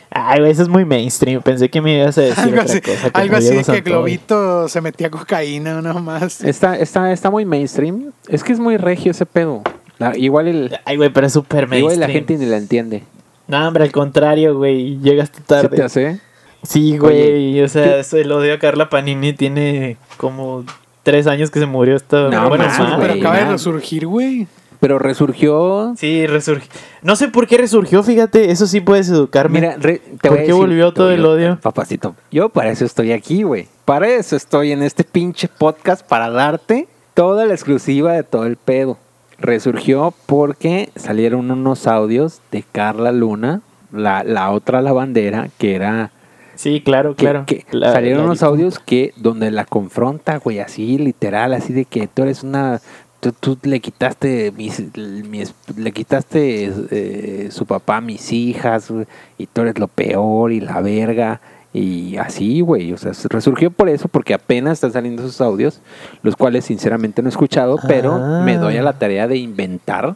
Speaker 3: Ay, güey, eso es muy mainstream. Pensé que me ibas a decir
Speaker 1: Algo
Speaker 3: otra
Speaker 1: así,
Speaker 3: cosa. como
Speaker 1: algo así
Speaker 3: Diego
Speaker 1: de que
Speaker 3: Santoy.
Speaker 1: Globito se metía cocaína nomás.
Speaker 2: Está, está, está muy mainstream. Es que es muy regio ese pedo. La- igual el...
Speaker 3: Ay, güey, pero es súper
Speaker 2: Igual
Speaker 3: mainstream.
Speaker 2: la gente ni la entiende.
Speaker 3: No, hombre, al contrario, güey. Llegas tú
Speaker 2: ¿Se te
Speaker 3: tarde.
Speaker 2: hace?
Speaker 3: Sí, güey. O sea, se lo dio a Carla Panini. Tiene como tres años que se murió esta.
Speaker 2: No,
Speaker 3: bueno,
Speaker 1: Mames,
Speaker 2: más,
Speaker 1: pero
Speaker 2: güey,
Speaker 1: acaba de
Speaker 2: nada.
Speaker 1: resurgir, güey.
Speaker 2: Pero resurgió
Speaker 3: Sí, resurgió. No sé por qué resurgió, fíjate. Eso sí puedes educarme.
Speaker 2: Mira, re- te
Speaker 3: ¿Por
Speaker 2: voy a
Speaker 3: qué
Speaker 2: decir-
Speaker 3: volvió
Speaker 2: te
Speaker 3: todo
Speaker 2: voy
Speaker 3: el
Speaker 2: a-
Speaker 3: odio?
Speaker 2: Papacito, yo para eso estoy aquí, güey. Para eso estoy en este pinche podcast, para darte toda la exclusiva de todo el pedo. Resurgió porque salieron unos audios de Carla Luna, la, la otra lavandera, que era...
Speaker 3: Sí, claro,
Speaker 2: que-
Speaker 3: claro.
Speaker 2: que
Speaker 3: La-
Speaker 2: salieron
Speaker 3: la-
Speaker 2: unos audios que donde la confronta, güey, así literal, así de que tú eres una... Tú, tú le quitaste mis, mis- le quitaste eh, su papá a mis hijas güey, y tú eres lo peor y la verga y así, güey. O sea, resurgió por eso porque apenas están saliendo esos audios, los cuales sinceramente no he escuchado, pero
Speaker 3: Ah.
Speaker 2: me doy a la tarea de inventar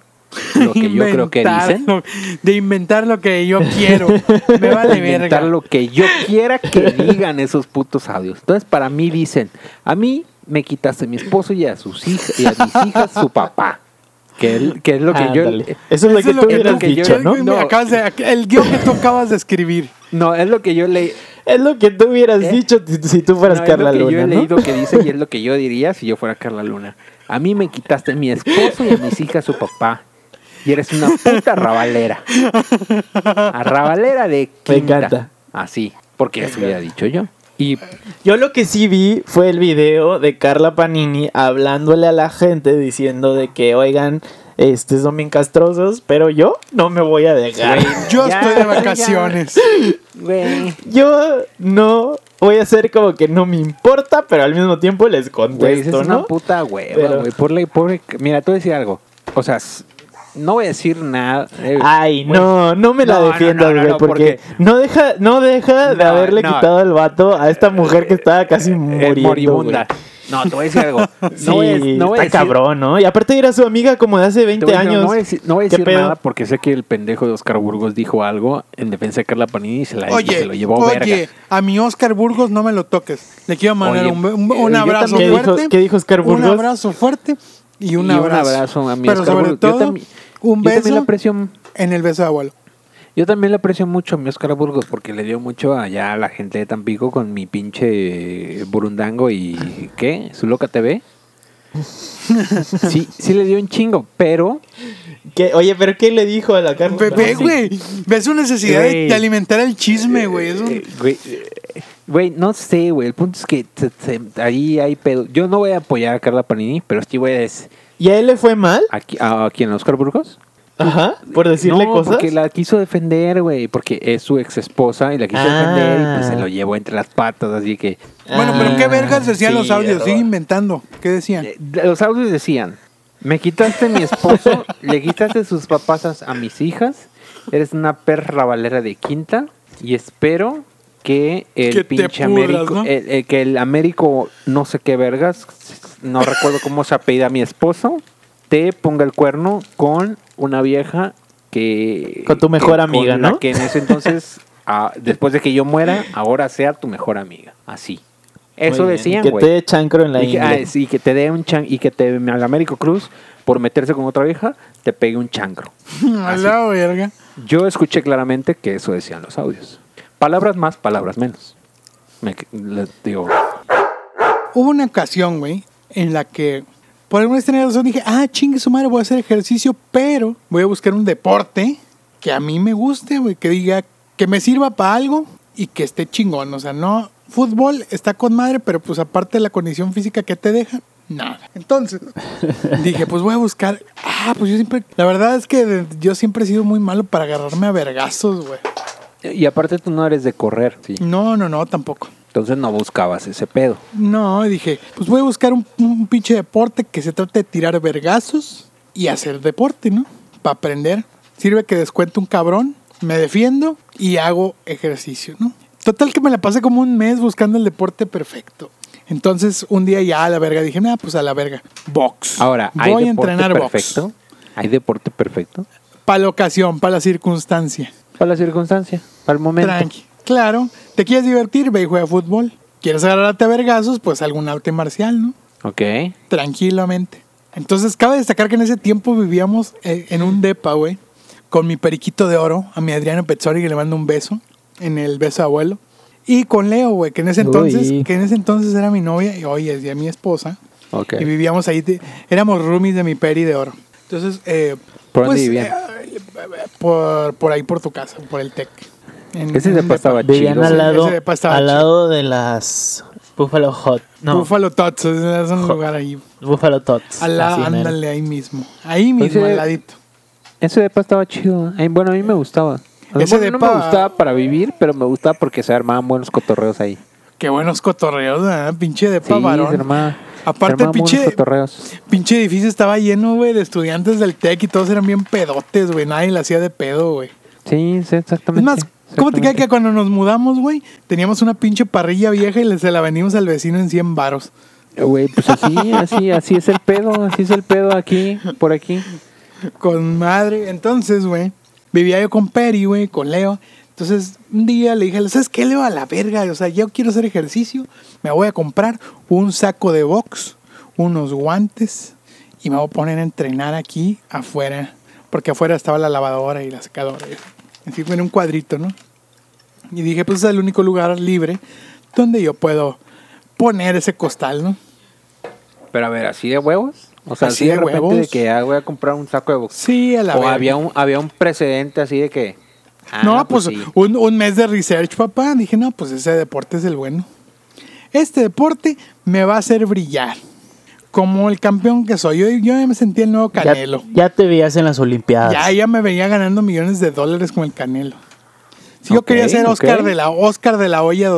Speaker 2: lo que yo creo que
Speaker 1: Inventar
Speaker 2: dicen.
Speaker 1: lo- de inventar lo que yo quiero. Me vale verga.
Speaker 2: inventar lo que yo quiera que digan esos putos audios. Entonces, para mí dicen, a mí me quitaste a mi esposo y a sus hijas y a mis hijas su papá. Que, el- que es lo que yo
Speaker 3: Ándale. Eso es lo
Speaker 1: Eso
Speaker 3: que tú
Speaker 2: es lo
Speaker 3: hubieras
Speaker 2: que yo-
Speaker 3: dicho,
Speaker 1: el-
Speaker 3: ¿no?
Speaker 1: me
Speaker 2: No.
Speaker 1: acabas de- el guión que tú acabas de escribir.
Speaker 2: no, es lo que yo leí.
Speaker 3: Es lo que tú hubieras
Speaker 2: ¿Eh?
Speaker 3: dicho si- si tú fueras
Speaker 2: no,
Speaker 3: Carla
Speaker 2: es lo que
Speaker 3: Luna,
Speaker 2: yo he
Speaker 3: ¿no?
Speaker 2: leído que dice y es lo que yo diría si yo fuera Carla Luna. A mí me quitaste a mi esposo y a mis hijas su papá. Y eres una puta rabalera. Arrabalera de
Speaker 3: Me
Speaker 2: quinta.
Speaker 3: encanta.
Speaker 2: Así, porque eso hubiera dicho yo. Y
Speaker 3: Yo lo que sí vi fue el video de Carla Panini hablándole a la gente diciendo de que, oigan, este son bien castrosos, pero yo no me voy a dejar.
Speaker 1: Yo
Speaker 2: Ya,
Speaker 1: estoy de
Speaker 2: ya.
Speaker 1: vacaciones.
Speaker 2: güey,
Speaker 3: Yo no voy a hacer como que no me importa, pero al mismo tiempo les
Speaker 2: Güey, esa
Speaker 3: contesto,
Speaker 2: es una
Speaker 3: ¿no?
Speaker 2: puta hueva,
Speaker 3: Pero-
Speaker 2: güey. Por la- por- Mira, te voy a decir algo. O sea, s- no voy a decir nada. eh,
Speaker 3: Ay,
Speaker 2: güey.
Speaker 3: no, no me la
Speaker 2: No, no,
Speaker 3: defiendas,
Speaker 2: no, no,
Speaker 3: güey,
Speaker 2: no,
Speaker 3: porque,
Speaker 2: porque-
Speaker 3: no deja, no deja de
Speaker 2: No,
Speaker 3: haberle
Speaker 2: no.
Speaker 3: quitado el vato a esta mujer que estaba casi
Speaker 2: eh,
Speaker 3: muriendo,
Speaker 2: moribunda.
Speaker 3: güey.
Speaker 2: No, te voy a decir algo. No
Speaker 3: Sí,
Speaker 2: voy a- no voy a
Speaker 3: está
Speaker 2: decir-
Speaker 3: cabrón, ¿no? Y aparte era su amiga como de hace
Speaker 2: te
Speaker 3: 20
Speaker 2: voy a decir-
Speaker 3: años.
Speaker 2: No voy a decir, no voy a
Speaker 3: ¿Qué
Speaker 2: decir
Speaker 3: pedo?
Speaker 2: nada porque sé que el pendejo de Oscar Burgos dijo algo en defensa de Carla Panini y se, la, y se
Speaker 1: Oye,
Speaker 2: lo llevó
Speaker 1: oye,
Speaker 2: verga.
Speaker 1: a mi Oscar Burgos no me lo toques. Le quiero mandar
Speaker 2: Oye,
Speaker 1: un, un-
Speaker 2: eh,
Speaker 1: un
Speaker 2: yo
Speaker 1: abrazo
Speaker 2: también-
Speaker 3: ¿Qué dijo-
Speaker 1: fuerte.
Speaker 3: qué dijo Oscar Burgos?
Speaker 1: Un abrazo fuerte y un
Speaker 2: Y un
Speaker 1: abrazo.
Speaker 2: abrazo a mi
Speaker 1: Pero
Speaker 2: Oscar
Speaker 1: sobre
Speaker 2: Burgos. Yo
Speaker 1: todo,
Speaker 2: también-
Speaker 1: un
Speaker 2: yo también le
Speaker 1: beso
Speaker 2: aprecio
Speaker 1: en el beso de abuelo.
Speaker 2: Yo también le aprecio mucho a mi Oscar Burgos porque le dio mucho allá a la gente de Tampico con mi pinche eh, Burundango y ¿qué? ¿Su loca TV? Sí, sí le dio un chingo, pero
Speaker 3: ¿Qué? Oye, pero ¿qué le dijo a la Carla? Ah,
Speaker 1: Bebé,
Speaker 3: Sí.
Speaker 1: güey. Ves su necesidad de-
Speaker 2: Güey.
Speaker 1: de alimentar el chisme, güey. Es un-
Speaker 2: eh, güey, eh, güey, no sé, este güey, el punto es que se- se- ahí hay pedo. Yo no voy a apoyar a Carla Panini, pero sí voy a des-
Speaker 3: ¿Y a él le fue mal?
Speaker 2: Aquí, ¿A quién? ¿A Oscar Burgos?
Speaker 3: Ajá. ¿Por decirle
Speaker 2: Ah, no,
Speaker 3: cosas?
Speaker 2: porque la quiso defender, güey, porque es su ex esposa y la quiso
Speaker 3: Ah.
Speaker 2: defender y pues se lo llevó entre las patas, así que...
Speaker 1: Bueno, pero qué
Speaker 3: Ah,
Speaker 1: vergas decían
Speaker 3: sí,
Speaker 1: los audios,
Speaker 3: error.
Speaker 1: sigue inventando. ¿Qué decían?
Speaker 2: Eh, Los audios decían, me quitaste mi esposo, le quitaste sus papás a mis hijas, eres una perra valera de quinta y espero que el
Speaker 1: Que te
Speaker 2: pinche
Speaker 1: pudras,
Speaker 2: Américo,
Speaker 1: ¿no?
Speaker 2: el- el- que el Américo no sé qué vergas, no recuerdo cómo se apellida mi esposo, te ponga el cuerno con una vieja que...
Speaker 3: Con tu mejor
Speaker 2: que-
Speaker 3: amiga,
Speaker 2: con la
Speaker 3: ¿no?
Speaker 2: que en ese entonces, ah, después de que yo muera, ahora sea tu mejor amiga. Así.
Speaker 3: Muy
Speaker 2: Eso
Speaker 3: bien,
Speaker 2: decían,
Speaker 3: Que
Speaker 2: güey
Speaker 3: te dé chancro en la
Speaker 2: y que, ah,
Speaker 3: ingle.
Speaker 2: sí, que te dé un chan y que te al Américo Cruz por meterse con otra vieja te pegue un chancro.
Speaker 1: A la verga.
Speaker 2: Yo escuché claramente que eso decían los audios. Palabras más, palabras menos. Me qu- les digo,
Speaker 1: Hubo una ocasión, güey, en la que por alguna extraña razón dije, ah, chingue su madre, voy a hacer ejercicio, pero voy a buscar un deporte que a mí me guste, güey, que diga, que me sirva para algo y que esté chingón. O sea, no, fútbol está con madre, pero pues aparte de la condición física que te deja, nada. Entonces, dije, pues voy a buscar, ah, pues yo siempre, la verdad es que de- yo siempre he sido muy malo para agarrarme a vergazos, güey.
Speaker 2: y aparte tú no eres de correr, sí.
Speaker 1: No, no, no, tampoco.
Speaker 2: entonces no buscabas ese pedo.
Speaker 1: No, dije, pues voy a buscar un, un pinche deporte que se trate de tirar vergazos y hacer deporte, ¿no? Para aprender. Sirve que descuento un cabrón, me defiendo y hago ejercicio, ¿no? Total que me la pasé como un mes buscando el deporte perfecto. Entonces un día ya a la verga dije, nada, pues a la verga. Box.
Speaker 2: Ahora, ¿hay
Speaker 1: voy a
Speaker 2: deporte
Speaker 1: entrenar
Speaker 2: perfecto?
Speaker 1: box.
Speaker 2: ¿Hay deporte perfecto?
Speaker 1: Para la ocasión, para la circunstancia.
Speaker 2: Para la circunstancia, para el momento.
Speaker 1: Tranqui. Claro, te quieres divertir, ve y juega fútbol. ¿Quieres agarrarte a vergazos? Pues algún arte marcial, ¿no?
Speaker 2: Ok.
Speaker 1: tranquilamente. Entonces, cabe destacar que en ese tiempo vivíamos eh, en un depa, güey, con mi periquito de oro, a mi Adriano Pezzori, que le mando un beso, en el beso abuelo. Y con Leo, güey, que en ese entonces,
Speaker 3: Uy.
Speaker 1: que en ese entonces era mi novia y hoy es ya mi esposa.
Speaker 2: Ok.
Speaker 1: Y vivíamos ahí, de- éramos roomies de mi peri de oro. Entonces, eh,
Speaker 2: ¿Por dónde vivían?
Speaker 1: eh, por, por ahí, por tu casa, por el TEC. En-
Speaker 2: Ese
Speaker 1: en un
Speaker 2: depa estaba
Speaker 1: depa.
Speaker 3: Vivían
Speaker 2: chido.
Speaker 1: sí,
Speaker 3: al lado,
Speaker 1: ese depa estaba
Speaker 3: al
Speaker 1: chido.
Speaker 3: lado de las Buffalo Hot. No, Buffalo,
Speaker 1: Buffalo Tots, es un lugar ahí.
Speaker 3: Tots.
Speaker 1: Al lado,
Speaker 3: así mero.
Speaker 1: ándale, ahí mismo. Ahí
Speaker 2: Pues
Speaker 1: mismo,
Speaker 2: ese-
Speaker 1: al ladito.
Speaker 2: Ese depa estaba chido. ¿eh? Ay, Bueno, a mí me gustaba. A lo
Speaker 1: Ese
Speaker 2: mejor no
Speaker 1: depa-
Speaker 2: me gustaba para vivir, pero me gustaba porque se armaban buenos cotorreos ahí.
Speaker 1: Qué buenos cotorreos, ¿verdad? pinche de
Speaker 2: Sí, se
Speaker 1: pavarón.
Speaker 2: armaba-
Speaker 1: Aparte,
Speaker 2: se armaban buenos
Speaker 1: pinche-
Speaker 2: cotorreos.
Speaker 1: pinche edificio estaba lleno, güey, de estudiantes del TEC y todos eran bien pedotes, güey. Nadie le hacía de pedo, güey.
Speaker 2: Sí, sí, exactamente.
Speaker 1: Es más, ¿cómo te cae que cuando nos mudamos, güey, teníamos una pinche parrilla vieja y le- se la vendimos al vecino en 100 varos?
Speaker 2: que.? Güey, pues así, así, así es el pedo, así es el pedo aquí, por aquí.
Speaker 1: Con madre. Entonces, güey, vivía yo con Peri, güey, con Leo. Entonces, un día le dije, ¿sabes qué, Leo? A la verga. O sea, yo quiero hacer ejercicio. Me voy a comprar un saco de box, unos guantes y me voy a poner a entrenar aquí afuera. Porque afuera estaba la lavadora y la secadora. y eso. En fin, en un cuadrito, ¿no? Y dije, pues es el único lugar libre donde yo puedo poner ese costal, ¿no?
Speaker 2: Pero a ver, así de huevos. O sea,
Speaker 1: Así
Speaker 2: así de,
Speaker 1: de
Speaker 2: repente
Speaker 1: huevos.
Speaker 2: de que ah, voy a comprar un saco de box.
Speaker 1: Sí, a la
Speaker 2: o
Speaker 1: verga.
Speaker 2: había un, había un precedente así de que. ah,
Speaker 1: no, pues,
Speaker 2: sí.
Speaker 1: un, un mes de research, papá. Dije, no, pues ese deporte es el bueno. Este deporte me va a hacer brillar. Como el campeón que soy. Yo, yo ya me sentí el nuevo
Speaker 3: Ya-
Speaker 1: Canelo.
Speaker 3: Ya, te veías en las Olimpiadas.
Speaker 1: Ya, ya me venía ganando millones de dólares con el Canelo. Si yo
Speaker 2: Ok,
Speaker 1: quería ser Oscar,
Speaker 2: ok.
Speaker 1: de la, Oscar de la Olla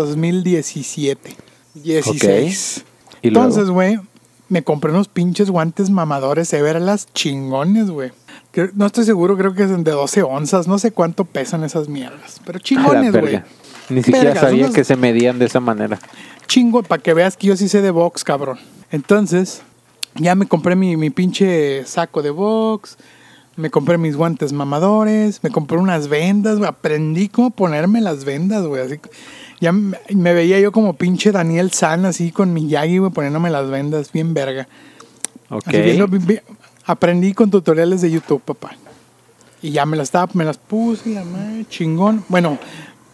Speaker 1: 2017. 16.
Speaker 2: ¿Y luego?
Speaker 1: Entonces, güey, me compré unos pinches guantes mamadores Everlast chingones, güey. Creo- No estoy seguro, creo que son de 12 onzas. No sé cuánto pesan esas mierdas. Pero
Speaker 2: A la
Speaker 1: chingones, güey.
Speaker 2: verga. Ni siquiera
Speaker 1: Vergas,
Speaker 2: sabía
Speaker 1: unos-
Speaker 2: que se medían de esa manera.
Speaker 1: chingo para que veas que yo sí sé de box, cabrón. Entonces, ya me compré mi, mi pinche saco de box, me compré mis guantes mamadores, me compré unas vendas, güey. Aprendí cómo ponerme las vendas, güey. Así, que ya me, me veía yo como pinche Daniel San, así con mi Yagi, güey, poniéndome las vendas, bien verga.
Speaker 2: Ok.
Speaker 1: Así viendo- vi- vi- aprendí con tutoriales de YouTube, papá. Y ya me las estaba, me las puse, la madre, chingón. Bueno,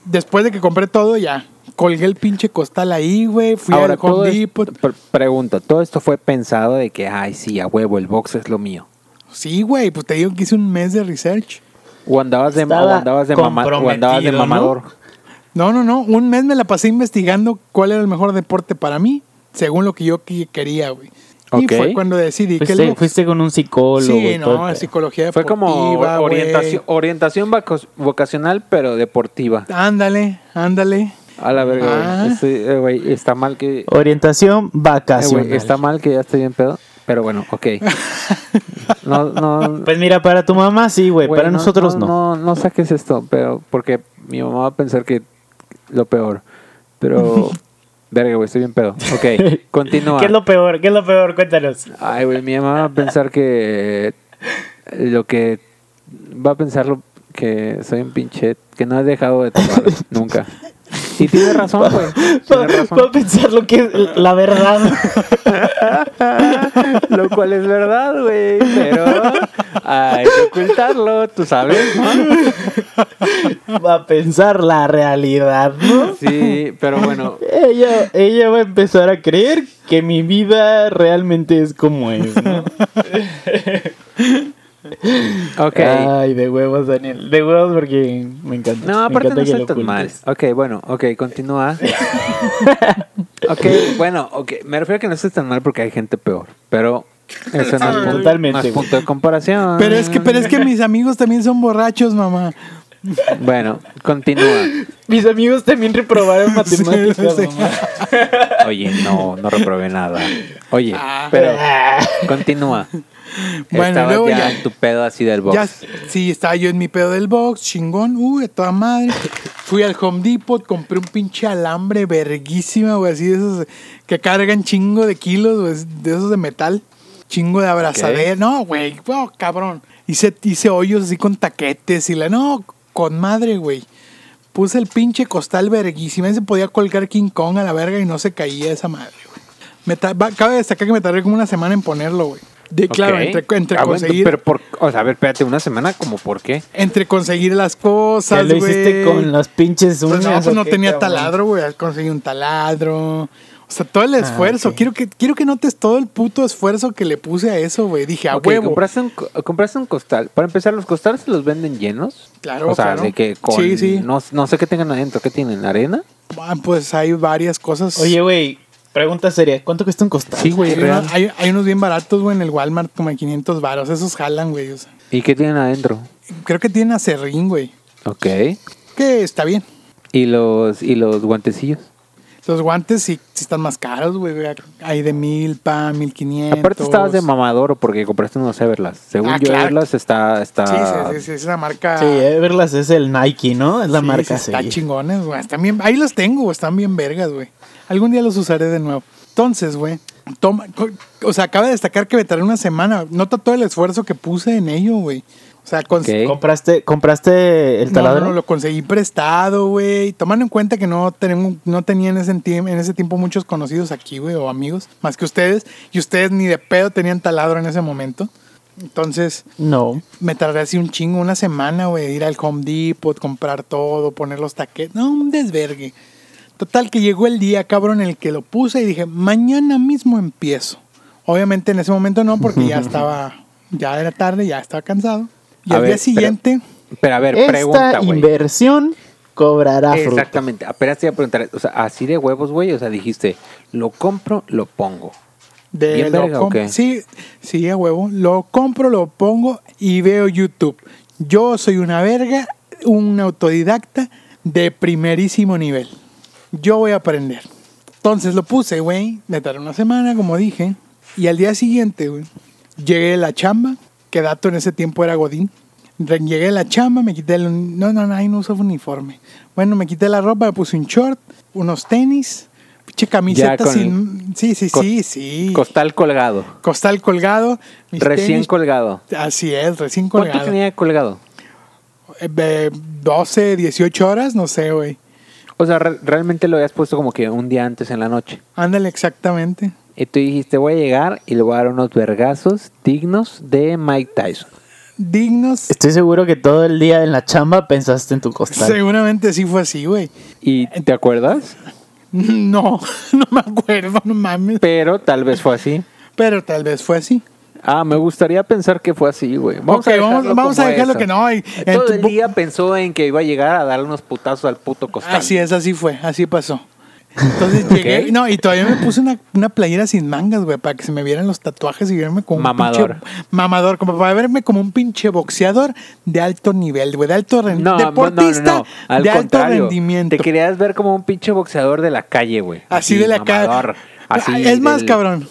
Speaker 1: después de que compré todo, ya colgué el pinche costal ahí, güey. Fui
Speaker 2: Ahora,
Speaker 1: al Home
Speaker 2: todo es-
Speaker 1: Depot.
Speaker 2: pre- pregunto, todo esto fue pensado de que, ay, sí, a huevo, el box es lo mío.
Speaker 1: Sí, güey, pues te digo que hice un mes de research.
Speaker 2: O andabas de, o
Speaker 3: Estaba
Speaker 2: andabas de, mama- o andabas de
Speaker 3: comprometido, ¿no?
Speaker 2: mamador.
Speaker 1: No, no, no. Un mes me la pasé investigando cuál era el mejor deporte para mí, según lo que yo que- quería, güey.
Speaker 2: Ok.
Speaker 1: Y fue cuando decidí que
Speaker 3: Fuiste,
Speaker 1: el
Speaker 3: fuiste con un psicólogo. y
Speaker 1: Sí,
Speaker 3: todo el
Speaker 1: no,
Speaker 3: pedo.
Speaker 1: psicología
Speaker 2: Fue
Speaker 1: deportiva.
Speaker 2: como
Speaker 1: güey.
Speaker 2: orientación, orientación vaco- vocacional, pero deportiva.
Speaker 1: Ándale, ándale.
Speaker 2: A la verga, güey.
Speaker 1: Ah.
Speaker 2: Este, eh, güey, está mal que. eh,
Speaker 3: Orientación vacacional.
Speaker 2: güey, está mal que ya estoy bien pedo. Pero bueno, ok. No, no.
Speaker 3: Pues mira, para tu mamá sí, güey.
Speaker 2: güey,
Speaker 3: Para nosotros no.
Speaker 2: No, no saques esto, pero porque mi mamá va a pensar que lo peor. Pero. Verga, güey, estoy bien pedo. Ok, continúa.
Speaker 3: ¿Qué es lo peor? ¿Qué es lo peor? Cuéntanos.
Speaker 2: Ay, güey, mi mamá va a pensar que lo que va a pensar lo- que soy un pinche que no he dejado de tomar nunca. Y tiene razón, güey. Tiene
Speaker 3: Puedo
Speaker 2: razón.
Speaker 3: pensar lo que es la verdad.
Speaker 2: Lo cual es verdad, güey, pero hay que ocultarlo, tú sabes, ¿no?
Speaker 3: Va a pensar la realidad, ¿no?
Speaker 2: Sí, pero bueno,
Speaker 3: Ella, ella va a empezar a creer que mi vida realmente es como es, ¿no?
Speaker 2: ok.
Speaker 3: Ay, de huevos, Daniel. De huevos porque me encanta.
Speaker 2: No,
Speaker 3: Me
Speaker 2: aparte
Speaker 3: encanta
Speaker 2: no
Speaker 3: que
Speaker 2: soy
Speaker 3: lo
Speaker 2: tan mal.
Speaker 3: ocultes.
Speaker 2: Ok, bueno, ok, continúa. ok, bueno, ok. Me refiero a que no soy tan mal porque hay gente peor. Pero eso no es punto,
Speaker 3: Totalmente,
Speaker 2: no es
Speaker 3: güey.
Speaker 2: punto de comparación.
Speaker 1: Ah, Pero es que, pero es que mis amigos también son borrachos, mamá.
Speaker 2: Bueno, continúa.
Speaker 3: Mis amigos también reprobaron matemáticas,
Speaker 1: Sí, sí.
Speaker 3: mamá.
Speaker 2: Oye, no, no reprobé nada. Oye, pero continúa.
Speaker 1: Ah. Bueno,
Speaker 2: Estabas
Speaker 1: luego
Speaker 2: ya,
Speaker 1: ya.
Speaker 2: en tu pedo así del box.
Speaker 1: Ya, sí, estaba yo en mi pedo del box, chingón, uy, de toda madre. Fui al Home Depot, compré un pinche alambre verguísima, güey, así de esos que cargan chingo de kilos, güey, de esos de metal. Chingo de abrazadera. No, güey, no, cabrón. Hice, hice hoyos así con taquetes y la... No, con madre, güey. Puse el pinche costal verguísima. y Se podía colgar King Kong a la verga y no se caía esa madre, güey. Me ta- va- Cabe destacar que me tardé como una semana en ponerlo, güey. De
Speaker 2: Ok.
Speaker 1: claro, entre, entre
Speaker 2: Ah, bueno,
Speaker 1: conseguir
Speaker 2: pero por, o sea, a ver, espérate, una semana, ¿como por qué?
Speaker 1: entre conseguir las
Speaker 3: Te
Speaker 1: cosas,
Speaker 3: lo
Speaker 1: güey.
Speaker 3: hiciste con las pinches
Speaker 1: Pues
Speaker 3: uñas.
Speaker 1: no, pues
Speaker 3: ¿o
Speaker 1: no
Speaker 3: qué,
Speaker 1: tenía
Speaker 3: cabrón?
Speaker 1: taladro, güey. Conseguí un taladro. O sea, todo el esfuerzo.
Speaker 3: Ah, ok.
Speaker 1: quiero, que, quiero que notes todo el puto esfuerzo que le puse a eso, güey. Dije, a
Speaker 2: Ok,
Speaker 1: huevo.
Speaker 2: Compraste un, co- compraste un costal. Para empezar, los costales los venden llenos.
Speaker 1: Claro,
Speaker 2: O sea,
Speaker 1: claro.
Speaker 2: de que con.
Speaker 1: Sí, sí.
Speaker 2: No, no sé qué tengan adentro. ¿Qué tienen? ¿Arena?
Speaker 1: Ah, pues hay varias cosas.
Speaker 3: Oye, güey, pregunta seria. ¿Cuánto cuesta un costal?
Speaker 1: hay, unos, hay- hay unos bien baratos, güey, en el Walmart, como de 500 varos. Esos jalan, güey. o sea.
Speaker 2: ¿Y qué tienen adentro?
Speaker 1: creo que tienen acerrín, güey.
Speaker 2: Ok.
Speaker 1: Que está bien.
Speaker 2: ¿Y los, y los guantecillos?
Speaker 1: Los guantes sí, sí están más caros, güey. Hay de mil pa, mil quinientos.
Speaker 2: Aparte, estabas de mamador porque compraste unos Everlast. Según
Speaker 1: Ah,
Speaker 2: yo,
Speaker 1: claro.
Speaker 2: Everlast está. está...
Speaker 1: Sí, sí, sí, sí, es una marca.
Speaker 3: Sí, Everlast es el Nike, ¿no? Es la
Speaker 1: Sí,
Speaker 3: marca.
Speaker 1: sí,
Speaker 3: Sí,
Speaker 1: Están chingones, güey. Están bien- ahí los tengo, güey, están bien vergas, güey. Algún día los usaré de nuevo. Entonces, güey, toma, co- o sea, acaba de destacar que me tardé una semana. Nota todo el esfuerzo que puse en ello, güey. O sea, con,
Speaker 2: Ok.
Speaker 3: ¿Compraste, ¿Compraste el
Speaker 1: no,
Speaker 3: taladro?
Speaker 1: no, no, lo conseguí prestado, güey. Tomando en cuenta que no, tenemos, no tenía en ese, tiemp- en ese tiempo muchos conocidos aquí, güey, o amigos, más que ustedes. Y ustedes ni de pedo tenían taladro en ese momento. Entonces,
Speaker 3: No.
Speaker 1: me tardé así un chingo, una semana, güey, ir al Home Depot, comprar todo, poner los taquetes. No, un desvergue. Total, que llegó el día, cabrón, en el que lo puse y dije, mañana mismo empiezo. Obviamente en ese momento no, porque ya estaba, ya era tarde, ya estaba cansado. Y
Speaker 2: A
Speaker 1: al
Speaker 2: ver,
Speaker 1: día siguiente,
Speaker 2: Pero, pero a ver,
Speaker 3: Esta
Speaker 2: pregunta, güey.
Speaker 3: inversión cobrará fruto.
Speaker 2: Exactamente. Apenas te iba a preguntar. O sea, así de huevos, güey. O sea, dijiste, lo compro, lo pongo.
Speaker 1: de
Speaker 2: ¿Bien
Speaker 1: lo
Speaker 2: verga o
Speaker 1: com-
Speaker 2: qué?
Speaker 1: sí, sí, a huevo, lo compro, lo pongo y veo YouTube. Yo soy una verga, un autodidacta de primerísimo nivel. Yo voy a aprender. Entonces lo puse, güey, me tardé una semana, como dije, y al día siguiente, güey, llegué a la chamba, que dato en ese tiempo era Godín. Re- Llegué a la chamba, me quité el... uni- No, no, no, ahí no uso uniforme. Bueno, me quité la ropa, me puse un short, unos tenis, pinche camiseta
Speaker 2: con-
Speaker 1: sin... Sí, sí,
Speaker 2: cos-
Speaker 1: sí, sí.
Speaker 2: Costal colgado.
Speaker 1: Costal colgado. mis
Speaker 2: Recién
Speaker 1: tenis-
Speaker 2: colgado.
Speaker 1: Así es, recién
Speaker 2: ¿Cuánto
Speaker 1: colgado.
Speaker 2: tenía de colgado?
Speaker 1: Eh, eh, 12, 18 horas, no sé, güey.
Speaker 2: O sea, re- realmente lo habías puesto como que un día antes en la noche.
Speaker 1: Ándale, exactamente.
Speaker 2: Y tú dijiste, voy a llegar y le voy a dar unos vergazos dignos de Mike Tyson.
Speaker 1: Dignos.
Speaker 3: Estoy seguro que todo el día en la chamba pensaste en tu costal.
Speaker 1: Seguramente sí fue así, güey.
Speaker 2: ¿Y te acuerdas?
Speaker 1: No, no me acuerdo, no mames.
Speaker 2: Pero tal vez fue así.
Speaker 1: Pero tal vez fue así.
Speaker 2: Ah, me gustaría pensar que fue así, güey.
Speaker 1: Ok, vamos-
Speaker 2: dejarlo
Speaker 1: vamos a
Speaker 2: como
Speaker 1: dejarlo
Speaker 2: eso.
Speaker 1: que no, y- en
Speaker 2: Todo
Speaker 1: tu
Speaker 2: el
Speaker 1: bu-
Speaker 2: día pensó en que iba a llegar a darle unos putazos al puto costal.
Speaker 1: Así es, así fue, así pasó. Entonces
Speaker 2: Pues Ok.
Speaker 1: llegué, y no, y todavía me puse una, una playera sin mangas, güey, para que se me vieran los tatuajes y verme como
Speaker 2: Mamador.
Speaker 1: un pinche mamador, como para verme como un pinche boxeador de alto nivel, güey, de alto
Speaker 2: No,
Speaker 1: rendimiento,
Speaker 2: no,
Speaker 1: deportista
Speaker 2: no, no, Al
Speaker 1: de alto
Speaker 2: contrario,
Speaker 1: rendimiento.
Speaker 2: Te querías ver como un pinche boxeador de la calle, güey.
Speaker 1: Así de la cara.
Speaker 2: mamador, Así
Speaker 1: es más,
Speaker 2: del-
Speaker 1: cabrón.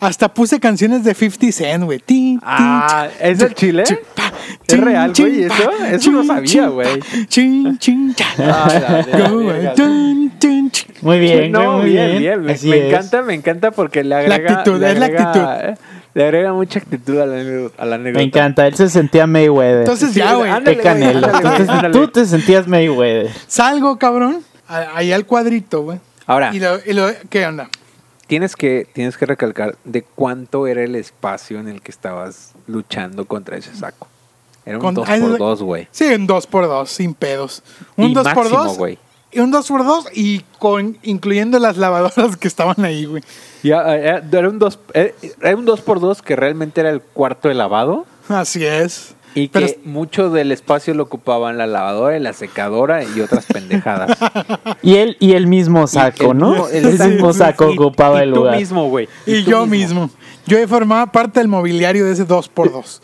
Speaker 1: Hasta puse canciones de 50 Cent, güey. Tin, tin,
Speaker 2: Ah,
Speaker 1: chin,
Speaker 2: ¿es del
Speaker 1: chin,
Speaker 2: Chile?
Speaker 1: chin, pa,
Speaker 2: ¿Es
Speaker 1: chin,
Speaker 2: real,
Speaker 1: chin,
Speaker 2: güey,
Speaker 1: pa,
Speaker 2: eso? Eso no
Speaker 1: chin,
Speaker 2: sabía,
Speaker 1: chin, pa,
Speaker 2: güey.
Speaker 1: Chin, chin, cha.
Speaker 2: Ah, la de la
Speaker 1: Go, güey.
Speaker 2: verga.
Speaker 1: Tun, tun, chin.
Speaker 3: Muy bien,
Speaker 2: no,
Speaker 3: güey, muy
Speaker 2: bien,
Speaker 3: bien.
Speaker 2: bien. Me,
Speaker 3: Así
Speaker 2: me
Speaker 3: es.
Speaker 2: encanta, me encanta porque le agrega.
Speaker 1: actitud,
Speaker 2: le
Speaker 1: es la
Speaker 2: agrega- eh,
Speaker 1: actitud.
Speaker 2: Le agrega mucha actitud a la, anécdota- a la anécdota.
Speaker 3: Me encanta, él se sentía Mayweather.
Speaker 1: Entonces
Speaker 2: Sí,
Speaker 1: ya, güey.
Speaker 2: ándale,
Speaker 3: Qué canelo.
Speaker 2: Ándale, güey,
Speaker 3: Tú te-
Speaker 2: ándale.
Speaker 3: Tú te sentías Mayweather.
Speaker 1: Salgo, cabrón. a- Ahí al cuadrito, güey.
Speaker 2: Ahora.
Speaker 1: Y lo, y lo- ¿Qué onda?
Speaker 2: Tienes que, tienes que recalcar de cuánto era el espacio en el que estabas luchando contra ese saco. Era un
Speaker 1: Con-
Speaker 2: 2
Speaker 1: ah,
Speaker 2: por
Speaker 1: es-
Speaker 2: 2 güey.
Speaker 1: Sí, en 2x2, sin pedos. Un
Speaker 2: Y
Speaker 1: 2x2.
Speaker 2: máximo, güey.
Speaker 1: Y un 2x2 y con, incluyendo las lavadoras que estaban ahí, güey.
Speaker 2: Y, ah, Era era un 2 era un 2 por 2 que realmente era el cuarto de lavado.
Speaker 1: Así es.
Speaker 2: Y
Speaker 1: Pero-
Speaker 2: que mucho del espacio lo ocupaban la lavadora y la secadora y otras pendejadas.
Speaker 3: Y él y el mismo saco,
Speaker 2: El
Speaker 3: ¿no?
Speaker 2: mismo-
Speaker 3: El mismo saco
Speaker 2: y-
Speaker 3: ocupaba
Speaker 2: y
Speaker 3: el lugar.
Speaker 2: Tú mismo, güey.
Speaker 1: Y,
Speaker 2: tú
Speaker 1: yo mismo. Yo formaba parte del mobiliario de ese 2x2.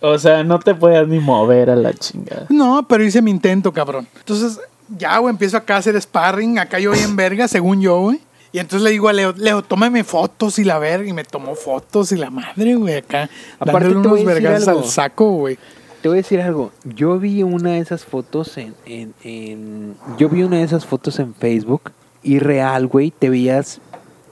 Speaker 3: O sea, no te podías ni mover a la chingada.
Speaker 1: No, pero hice mi intento, cabrón. Entonces, ya, güey, empiezo acá a hacer sparring. Acá yo voy en verga, según yo, güey. Y entonces le digo a Leo, Leo, tómame fotos y la verga. Y me tomó fotos y la madre, güey, acá.
Speaker 2: Aparte,
Speaker 1: dándole
Speaker 2: te voy
Speaker 1: unos
Speaker 2: a decir
Speaker 1: vergas
Speaker 2: algo.
Speaker 1: al saco, güey.
Speaker 2: Te voy a decir algo. Yo vi una de esas fotos en, en, en- Yo vi una de esas fotos en Facebook y real, güey, te veías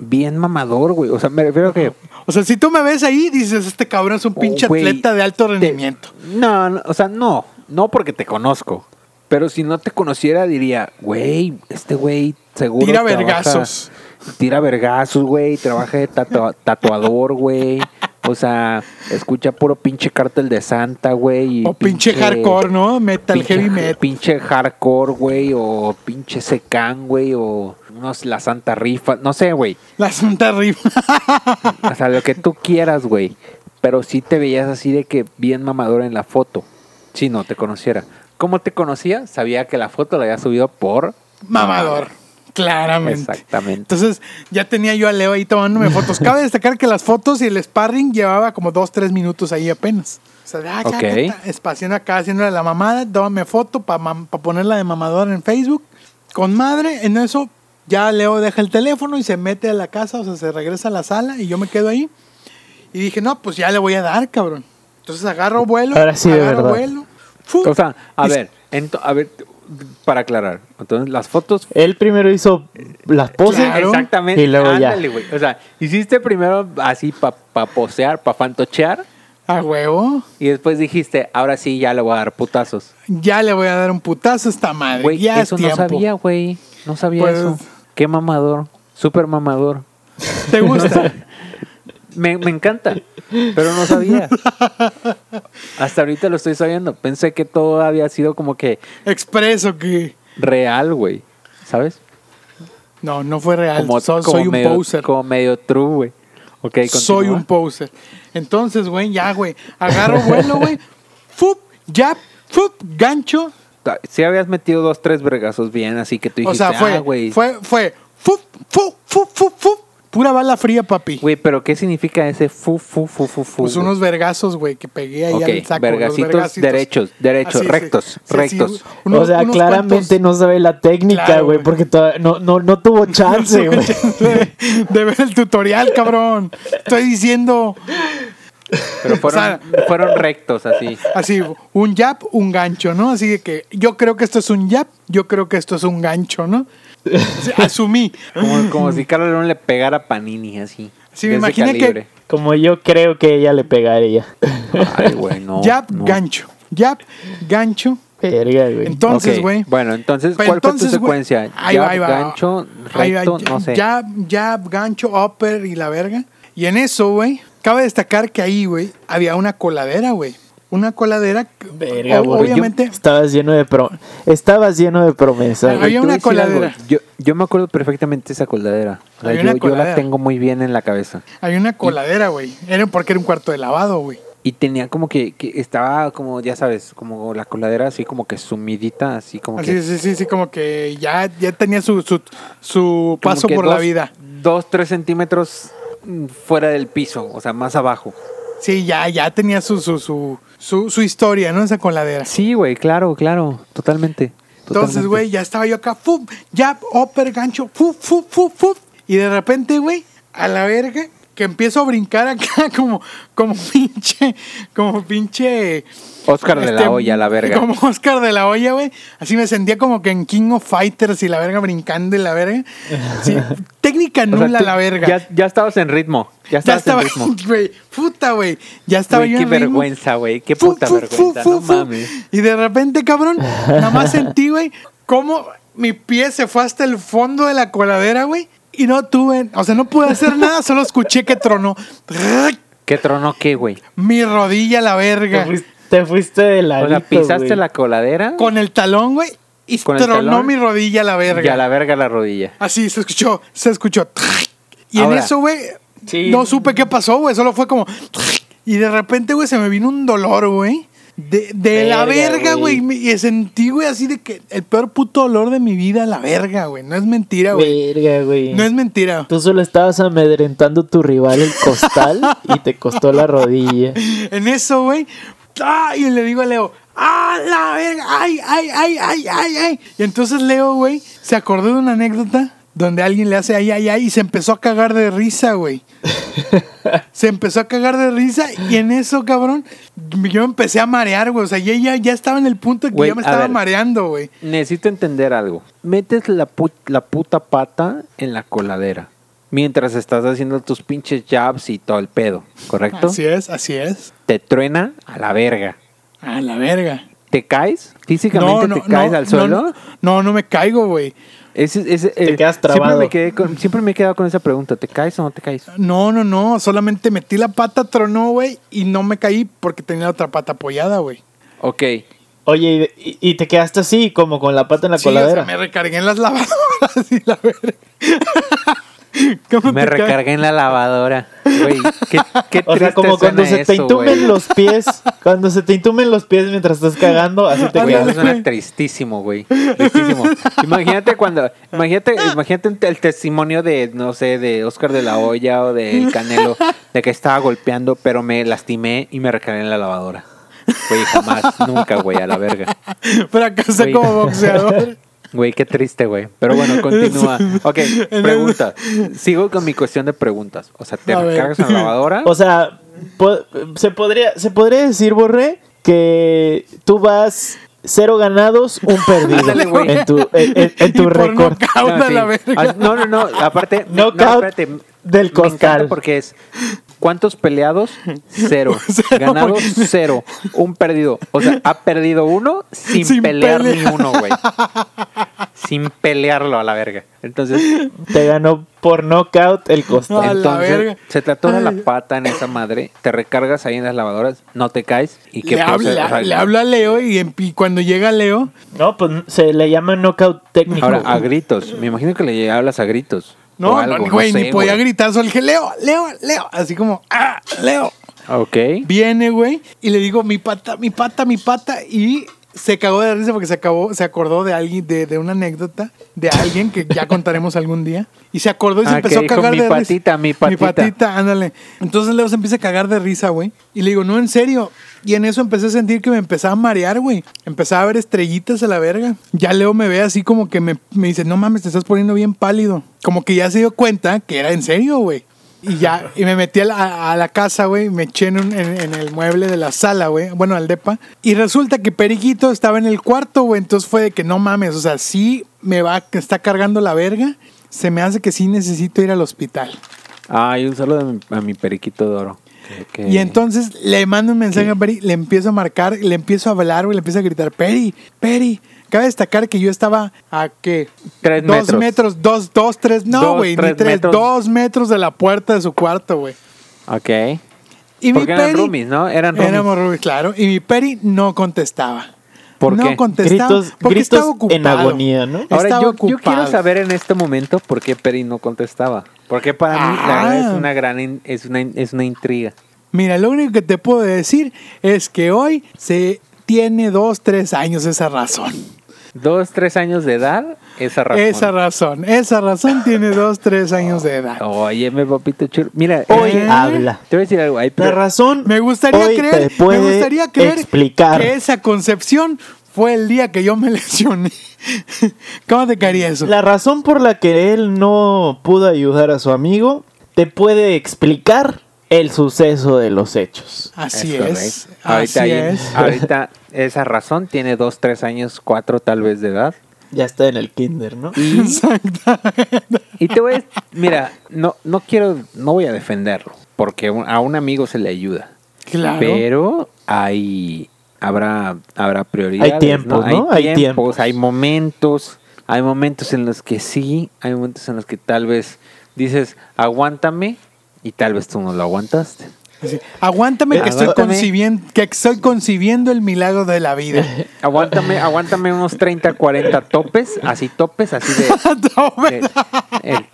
Speaker 2: bien mamador, güey. O sea, me refiero a que...
Speaker 1: O sea, si tú me ves ahí, dices, este cabrón es un pinche
Speaker 2: oh, güey,
Speaker 1: atleta de alto
Speaker 2: te-
Speaker 1: rendimiento.
Speaker 2: no, no, o sea, no. No porque te conozco. Pero si no te conociera diría, güey, este güey seguro
Speaker 1: Tira
Speaker 2: trabaja-
Speaker 1: vergazos.
Speaker 2: Tira vergazos, güey. Trabaja de tatua- tatuador, güey. O sea, escucha puro pinche cartel de Santa, güey. y
Speaker 1: O pinche, hardcore, ¿no? Metal,
Speaker 2: pinche,
Speaker 1: heavy metal.
Speaker 2: Pinche hardcore, güey, o pinche secán, güey, o no sé, la Santa Rifa, no sé, güey.
Speaker 1: La santa rifa.
Speaker 2: O sea, lo que tú quieras, güey. Pero sí te veías así de que bien mamador en la foto. Si no te conociera. ¿Cómo te conocía? Sabía que la foto la había subido por...
Speaker 1: Mamador. Claramente.
Speaker 2: Exactamente.
Speaker 1: Entonces ya tenía yo a Leo ahí tomándome fotos. Cabe destacar que las fotos y el sparring llevaba como dos, tres minutos ahí apenas. O sea, ah, ya, ya,
Speaker 2: Ok.
Speaker 1: ya, ya, espaciando acá, haciéndole la mamada, tómame foto para ponerla de mamador en Facebook. Con madre, en eso ya Leo deja el teléfono y se mete a la casa, o sea, se regresa a la sala y yo me quedo ahí. Y dije, no, pues ya le voy a dar, cabrón. Entonces agarro vuelo,
Speaker 3: Ahora sí, de
Speaker 1: agarro
Speaker 3: verdad.
Speaker 1: vuelo. ¡fu!
Speaker 2: O sea, a
Speaker 1: Y-
Speaker 2: ver, ento- a ver, para aclarar. Entonces, las fotos
Speaker 3: Él primero hizo las poses.
Speaker 1: Claro.
Speaker 2: Exactamente.
Speaker 3: Y luego ya.
Speaker 2: Ándale, güey. O sea, hiciste primero así para posear, para fantochear.
Speaker 1: A huevo.
Speaker 2: Y después dijiste, ahora sí ya le voy a dar putazos.
Speaker 1: Ya le voy a dar un putazo a esta madre.
Speaker 2: Güey,
Speaker 1: ya
Speaker 2: eso
Speaker 1: es tiempo.
Speaker 2: no sabía, güey. No sabía
Speaker 1: Pues-
Speaker 2: eso. Qué mamador. Súper mamador.
Speaker 1: ¿Te gusta?
Speaker 2: Me, me encanta, pero no sabía. Hasta ahorita lo estoy sabiendo. Pensé que todo había sido como que
Speaker 1: Expreso que.
Speaker 2: real, güey. ¿Sabes?
Speaker 1: No, no fue real.
Speaker 2: Como,
Speaker 1: So-
Speaker 2: como
Speaker 1: soy un
Speaker 2: medio,
Speaker 1: poser.
Speaker 2: Como medio true, güey. Ok,
Speaker 1: soy
Speaker 2: continúa.
Speaker 1: un poser. Entonces, güey, ya, güey. Agarro vuelo, güey. Fup, jab, fup, gancho.
Speaker 2: Si Ah, habías metido dos, tres vergazos bien, así que tú
Speaker 1: O
Speaker 2: dijiste,
Speaker 1: sea, fue,
Speaker 2: ah, güey.
Speaker 1: fue, fue, fup, fup, fup, fup, fup. Pura bala fría, papi.
Speaker 2: Güey, pero ¿qué significa ese fu, fu, fu, fu, fu?
Speaker 1: pues
Speaker 2: güey?
Speaker 1: unos vergazos, güey, que pegué ahí
Speaker 2: Ok,
Speaker 1: al saco. los
Speaker 2: vergacitos
Speaker 1: vergacitos.
Speaker 2: derechos, derechos,
Speaker 1: Así, sí.
Speaker 2: rectos,
Speaker 1: Sí, sí,
Speaker 2: rectos.
Speaker 1: unos-
Speaker 3: o sea,
Speaker 1: unos
Speaker 3: claramente
Speaker 1: cuantos-
Speaker 3: no sabe la técnica,
Speaker 1: Claro,
Speaker 3: güey,
Speaker 1: güey.
Speaker 3: porque toda- no, no, no tuvo chance, güey.
Speaker 1: de, de ver el tutorial, cabrón. Estoy diciendo
Speaker 2: Pero fueron,
Speaker 1: o
Speaker 2: fueron rectos, así.
Speaker 1: así, un jab, un gancho, ¿no? Así de que yo creo que esto es un jab, yo creo que esto es un gancho, ¿no? Asumí.
Speaker 2: Como, como si Carlos León le pegara a Panini, así.
Speaker 1: Sí,
Speaker 2: de
Speaker 1: me
Speaker 2: ese
Speaker 1: imaginé que-
Speaker 2: calibre.
Speaker 3: Como yo creo que ella le pegaría.
Speaker 2: Ay, güey, no.
Speaker 1: jab,
Speaker 2: no.
Speaker 1: gancho. Jab, gancho.
Speaker 3: Verga, güey.
Speaker 1: Entonces-
Speaker 2: Ok,
Speaker 1: güey.
Speaker 2: Bueno, entonces,
Speaker 1: Pero
Speaker 2: ¿cuál
Speaker 1: entonces,
Speaker 2: fue tu
Speaker 1: güey,
Speaker 2: secuencia?
Speaker 1: ahí va,
Speaker 2: Jab,
Speaker 1: ahí va.
Speaker 2: gancho,
Speaker 1: Ahí va,
Speaker 2: recto, no sé.
Speaker 1: Jab, jab, gancho, upper y la verga. Y en eso, güey, cabe destacar que ahí, güey, había una coladera, güey. Una coladera. que-
Speaker 3: Verga,
Speaker 1: o-
Speaker 3: güey.
Speaker 1: obviamente.
Speaker 3: Estabas lleno de pro... Estabas lleno de promesas.
Speaker 1: Había
Speaker 2: Güey, te
Speaker 3: güey.
Speaker 2: voy
Speaker 1: una
Speaker 2: a decir
Speaker 1: coladera.
Speaker 2: algo. Yo, yo me acuerdo perfectamente esa coladera. O sea,
Speaker 1: Había
Speaker 2: yo,
Speaker 1: una
Speaker 2: yo la
Speaker 1: coladera.
Speaker 2: tengo muy bien en la cabeza.
Speaker 1: Hay una coladera, güey. Era porque era un cuarto de lavado, güey.
Speaker 2: y tenía como que, que estaba como, ya sabes, como la coladera así como que sumidita, así como
Speaker 1: Así,
Speaker 2: que...
Speaker 1: sí, sí, sí, como que ya, ya tenía su, su, su
Speaker 2: como
Speaker 1: paso
Speaker 2: que
Speaker 1: por la
Speaker 2: dos-
Speaker 1: vida.
Speaker 2: Dos, tres centímetros mm, fuera del piso, o sea, más abajo.
Speaker 1: Sí, ya, ya tenía su, su, su, su, su historia, ¿no? Esa coladera.
Speaker 2: Sí, güey, claro, claro, totalmente.
Speaker 1: Entonces,
Speaker 2: totalmente.
Speaker 1: güey, ya estaba yo acá, ¡fum! Ya, upper, gancho, ¡fum, fum, fum, fum! Y de repente, güey, a la verga, que empiezo a brincar acá como, como pinche, como pinche...
Speaker 2: Oscar de
Speaker 1: este,
Speaker 2: la olla, la verga.
Speaker 1: Como Oscar de la olla, güey. Así me sentía como que en King of Fighters y la verga brincando y la verga. Sí, técnica
Speaker 2: O sea,
Speaker 1: nula
Speaker 2: tú
Speaker 1: la verga.
Speaker 2: Ya, ya estabas en ritmo, ya
Speaker 1: Ya
Speaker 2: estabas
Speaker 1: estaba,
Speaker 2: en ritmo.
Speaker 1: güey, puta, güey. Ya estaba
Speaker 2: Güey,
Speaker 1: yo
Speaker 2: qué
Speaker 1: en ritmo.
Speaker 2: vergüenza, güey, qué
Speaker 1: Fu,
Speaker 2: puta
Speaker 1: fu, fu,
Speaker 2: vergüenza,
Speaker 1: fu,
Speaker 2: no
Speaker 1: fu.
Speaker 2: mames.
Speaker 1: Y de repente, cabrón, nada más sentí, güey, cómo mi pie se fue hasta el fondo de la coladera, güey. Y no tuve, o sea, no pude hacer nada, solo escuché que tronó.
Speaker 2: ¿Qué trono qué, güey?
Speaker 1: Mi rodilla a la
Speaker 3: Te
Speaker 1: verga.
Speaker 3: fuiste, te fuiste de la.
Speaker 2: O sea, pisaste la coladera
Speaker 1: Con el talón, güey, y
Speaker 2: Con el
Speaker 1: tronó
Speaker 2: talón.
Speaker 1: mi rodilla a la verga.
Speaker 2: y a la verga la rodilla.
Speaker 1: Así se escuchó, se escuchó. Y
Speaker 2: Ahora.
Speaker 1: en eso, güey,
Speaker 3: Sí.
Speaker 1: no supe qué pasó, güey. Solo fue como. Y de repente, güey, se me vino un dolor, güey. De, de la
Speaker 3: Verga,
Speaker 1: verga,
Speaker 3: güey.
Speaker 1: güey. Y me- Y sentí, güey, así de que el peor puto dolor de mi vida, la verga, güey. No es mentira, güey.
Speaker 3: Verga, güey.
Speaker 1: No es mentira.
Speaker 3: Tú solo estabas amedrentando a tu rival el costal y te costó la rodilla.
Speaker 1: En eso, güey. ¡ah! Y le digo a Leo, ¡ah, la verga! ¡Ay, ay, ay, ay, ay, ay! Y entonces Leo, güey, se acordó de una anécdota donde alguien le hace ay, ay, ay y se empezó a cagar de risa, güey. se empezó a cagar de risa y en eso, cabrón, yo empecé a marear, güey. O sea, ya, ya, ya estaba en el punto de que
Speaker 2: Güey,
Speaker 1: yo me
Speaker 2: a
Speaker 1: estaba
Speaker 2: ver.
Speaker 1: mareando, güey.
Speaker 2: Necesito entender algo. Metes la, pu- la puta pata en la coladera mientras estás haciendo tus pinches jabs y todo el pedo, ¿correcto?
Speaker 1: Así es, así es.
Speaker 2: Te truena a la verga.
Speaker 1: A la verga.
Speaker 2: ¿Te caes? ¿Físicamente te caes al suelo?
Speaker 1: No, no, no me caigo, güey.
Speaker 2: Ese- ese- eh,
Speaker 3: quedas
Speaker 2: Siempre
Speaker 3: trabado.
Speaker 2: me, quedé con- siempre me he quedado con esa pregunta. ¿Te caes o no te caes?
Speaker 1: No, no, no. Solamente metí la pata, tronó, güey, y no me caí porque tenía la otra pata apoyada, güey.
Speaker 2: Ok.
Speaker 3: Oye, y, y te quedaste así, como con la pata en la
Speaker 1: Sí,
Speaker 3: coladera.
Speaker 1: o sea, me recargué en las lavadoras y la verga. ¿Cómo
Speaker 2: Me
Speaker 1: te cae?
Speaker 2: recargué en la lavadora. Güey, qué, qué
Speaker 3: O sea,
Speaker 2: triste
Speaker 3: como cuando
Speaker 2: suena
Speaker 3: se te
Speaker 2: eso,
Speaker 3: intumen
Speaker 2: güey.
Speaker 3: los pies, cuando se te intumen los pies mientras estás cagando, así te
Speaker 1: Ándale.
Speaker 2: Güey, eso
Speaker 3: quedas.
Speaker 2: suena tristísimo, güey. Tristísimo. Imagínate cuando. Imagínate, imagínate un- el testimonio de, no sé, de Oscar de la Hoya o de Canelo, de que estaba golpeando, pero me lastimé y me recargué en la lavadora. Güey, jamás, nunca, güey, a la verga.
Speaker 1: Fracasé
Speaker 2: Güey.
Speaker 1: como boxeador.
Speaker 2: Güey, qué triste, güey. Pero bueno, continúa. Ok,
Speaker 1: En
Speaker 2: pregunta. Sigo con mi cuestión de preguntas. O sea, ¿te
Speaker 1: A ver.
Speaker 2: recargas en la lavadora?
Speaker 3: O sea, po- se podría, se podría decir, Borré, que tú vas cero ganados, un perdido
Speaker 2: Ándale, güey.
Speaker 3: en tu, en, en- en
Speaker 1: Y
Speaker 3: tu
Speaker 1: por
Speaker 3: récord.
Speaker 1: knockout a
Speaker 2: sí.
Speaker 1: la verga.
Speaker 2: Ah, no, no, no. Aparte, no,
Speaker 3: Knockout
Speaker 2: espérate.
Speaker 3: del
Speaker 2: Me encanta
Speaker 3: costal.
Speaker 2: Porque es ¿cuántos peleados? Cero. Ganados, cero. Un perdido. O sea, ha perdido uno sin,
Speaker 1: Sin
Speaker 2: pelear
Speaker 1: pelea.
Speaker 2: ni uno, güey. Sin pelearlo a la verga. Entonces,
Speaker 3: Te ganó por knockout el
Speaker 1: A la
Speaker 3: costal.
Speaker 2: Entonces,
Speaker 1: verga.
Speaker 2: se trató de la
Speaker 1: Ay.
Speaker 2: pata en esa madre, te recargas ahí en las lavadoras, no te caes y que pues,
Speaker 1: Le habla, le hablo a Leo y, en- y cuando llega Leo,
Speaker 3: No, pues se le llama knockout técnico.
Speaker 2: Ahora, a gritos, me imagino que le hablas a gritos. o
Speaker 1: no,
Speaker 2: algo,
Speaker 1: no, güey,
Speaker 2: no sé,
Speaker 1: ni podía
Speaker 2: güey.
Speaker 1: gritar, solo dije, Leo, Leo, Leo. Así como, ah, Leo.
Speaker 2: Ok.
Speaker 1: Viene, güey, y le digo, mi pata, mi pata, mi pata, y se cagó de risa porque se acabó, se acordó de alguien, de, de una anécdota de alguien que ya contaremos algún día. Y se acordó y se
Speaker 2: Ah,
Speaker 1: empezó
Speaker 2: que
Speaker 1: a
Speaker 2: dijo,
Speaker 1: cagar
Speaker 2: "Mi
Speaker 1: de risa.
Speaker 2: patita, mi patita".
Speaker 1: Mi patita, ándale. Entonces Leo se empieza a cagar de risa, güey. Y le digo, no, en serio. Y en eso empecé a sentir que me empezaba a marear, güey. Empezaba a ver estrellitas a la verga. Ya Leo me ve así como que me, me dice, no mames, te estás poniendo bien pálido. Como que ya se dio cuenta que era en serio, güey. Y ya, y me metí a la, a la casa, güey, me eché en, un- en- en el mueble de la sala, güey, bueno, al depa. Y resulta que Periquito estaba en el cuarto, güey, entonces fue de que no mames, o sea, sí me va, que está cargando la verga, se me hace que sí necesito ir al hospital.
Speaker 2: Ay, un saludo a mi, a mi periquito de oro. Que- que-
Speaker 1: Y entonces le mando un mensaje a Peri, le empiezo a marcar, le empiezo a hablar, güey, le empiezo a gritar, Peri, Peri. Cabe destacar que yo estaba a qué?
Speaker 2: Tres
Speaker 1: dos
Speaker 2: metros.
Speaker 1: dos, dos, tres, no,
Speaker 2: Dos,
Speaker 1: güey, ni
Speaker 2: tres
Speaker 1: tres,
Speaker 2: metros.
Speaker 1: dos metros de la puerta de su cuarto, güey.
Speaker 2: Ok.
Speaker 1: Y
Speaker 2: Porque eran
Speaker 1: Peri-
Speaker 2: roomies, ¿no? Eran roomies.
Speaker 1: Éramos roomies, claro. Y mi Peri no contestaba.
Speaker 2: ¿Por
Speaker 1: no
Speaker 2: qué?
Speaker 1: contestaba.
Speaker 3: Gritos-
Speaker 1: porque
Speaker 3: gritos
Speaker 1: estaba ocupado.
Speaker 3: en agonía, ¿no?
Speaker 2: Ahora,
Speaker 1: Estaba
Speaker 2: yo, yo
Speaker 1: ocupado.
Speaker 2: quiero saber en este momento por qué Peri no contestaba. Porque para mí la
Speaker 1: Ah.
Speaker 2: verdad, es una gran in- es una, in- es una intriga.
Speaker 1: Mira, lo único que te puedo decir es que hoy se tiene dos, tres años esa razón.
Speaker 2: Dos, tres años de edad, esa razón.
Speaker 1: Esa razón, esa razón tiene dos, tres años de edad.
Speaker 2: Óyeme, papito chulo. Mira,
Speaker 3: Hoy
Speaker 2: eh,
Speaker 3: habla.
Speaker 2: Te voy a decir algo. Hay,
Speaker 3: La
Speaker 2: pro-
Speaker 3: razón.
Speaker 1: Me gustaría
Speaker 3: hoy
Speaker 1: creer,
Speaker 3: te puede
Speaker 1: me gustaría creer
Speaker 3: explicar.
Speaker 1: que esa concepción fue el día que yo me lesioné. ¿Cómo te caería eso?
Speaker 3: La razón por la que él no pudo ayudar a su amigo te puede explicar el suceso de los hechos.
Speaker 1: Así
Speaker 2: correcto.
Speaker 1: es, así
Speaker 2: Ahorita, hay-
Speaker 1: es.
Speaker 2: ahorita esa razón tiene dos, tres años, cuatro tal vez de edad.
Speaker 3: Ya está en el kinder, ¿no?
Speaker 2: Y te voy a... Mira, no, no quiero, no voy a defenderlo, porque un- a un amigo se le ayuda.
Speaker 1: Claro.
Speaker 2: Pero hay, habrá, habrá prioridades.
Speaker 3: Hay tiempos, ¿no?
Speaker 2: Hay,
Speaker 3: Hay
Speaker 2: tiempos,
Speaker 3: tiempos.
Speaker 2: hay momentos, hay momentos en los que sí, hay momentos en los que tal vez dices, aguántame, y tal vez tú no lo aguantaste.
Speaker 1: Así, Aguántame que estoy
Speaker 2: Aguántame.
Speaker 1: concibiendo, que estoy concibiendo el milagro de la vida.
Speaker 2: Aguántame, aguántame unos 30, 40 topes, así topes, así de...
Speaker 1: No,
Speaker 2: de- el-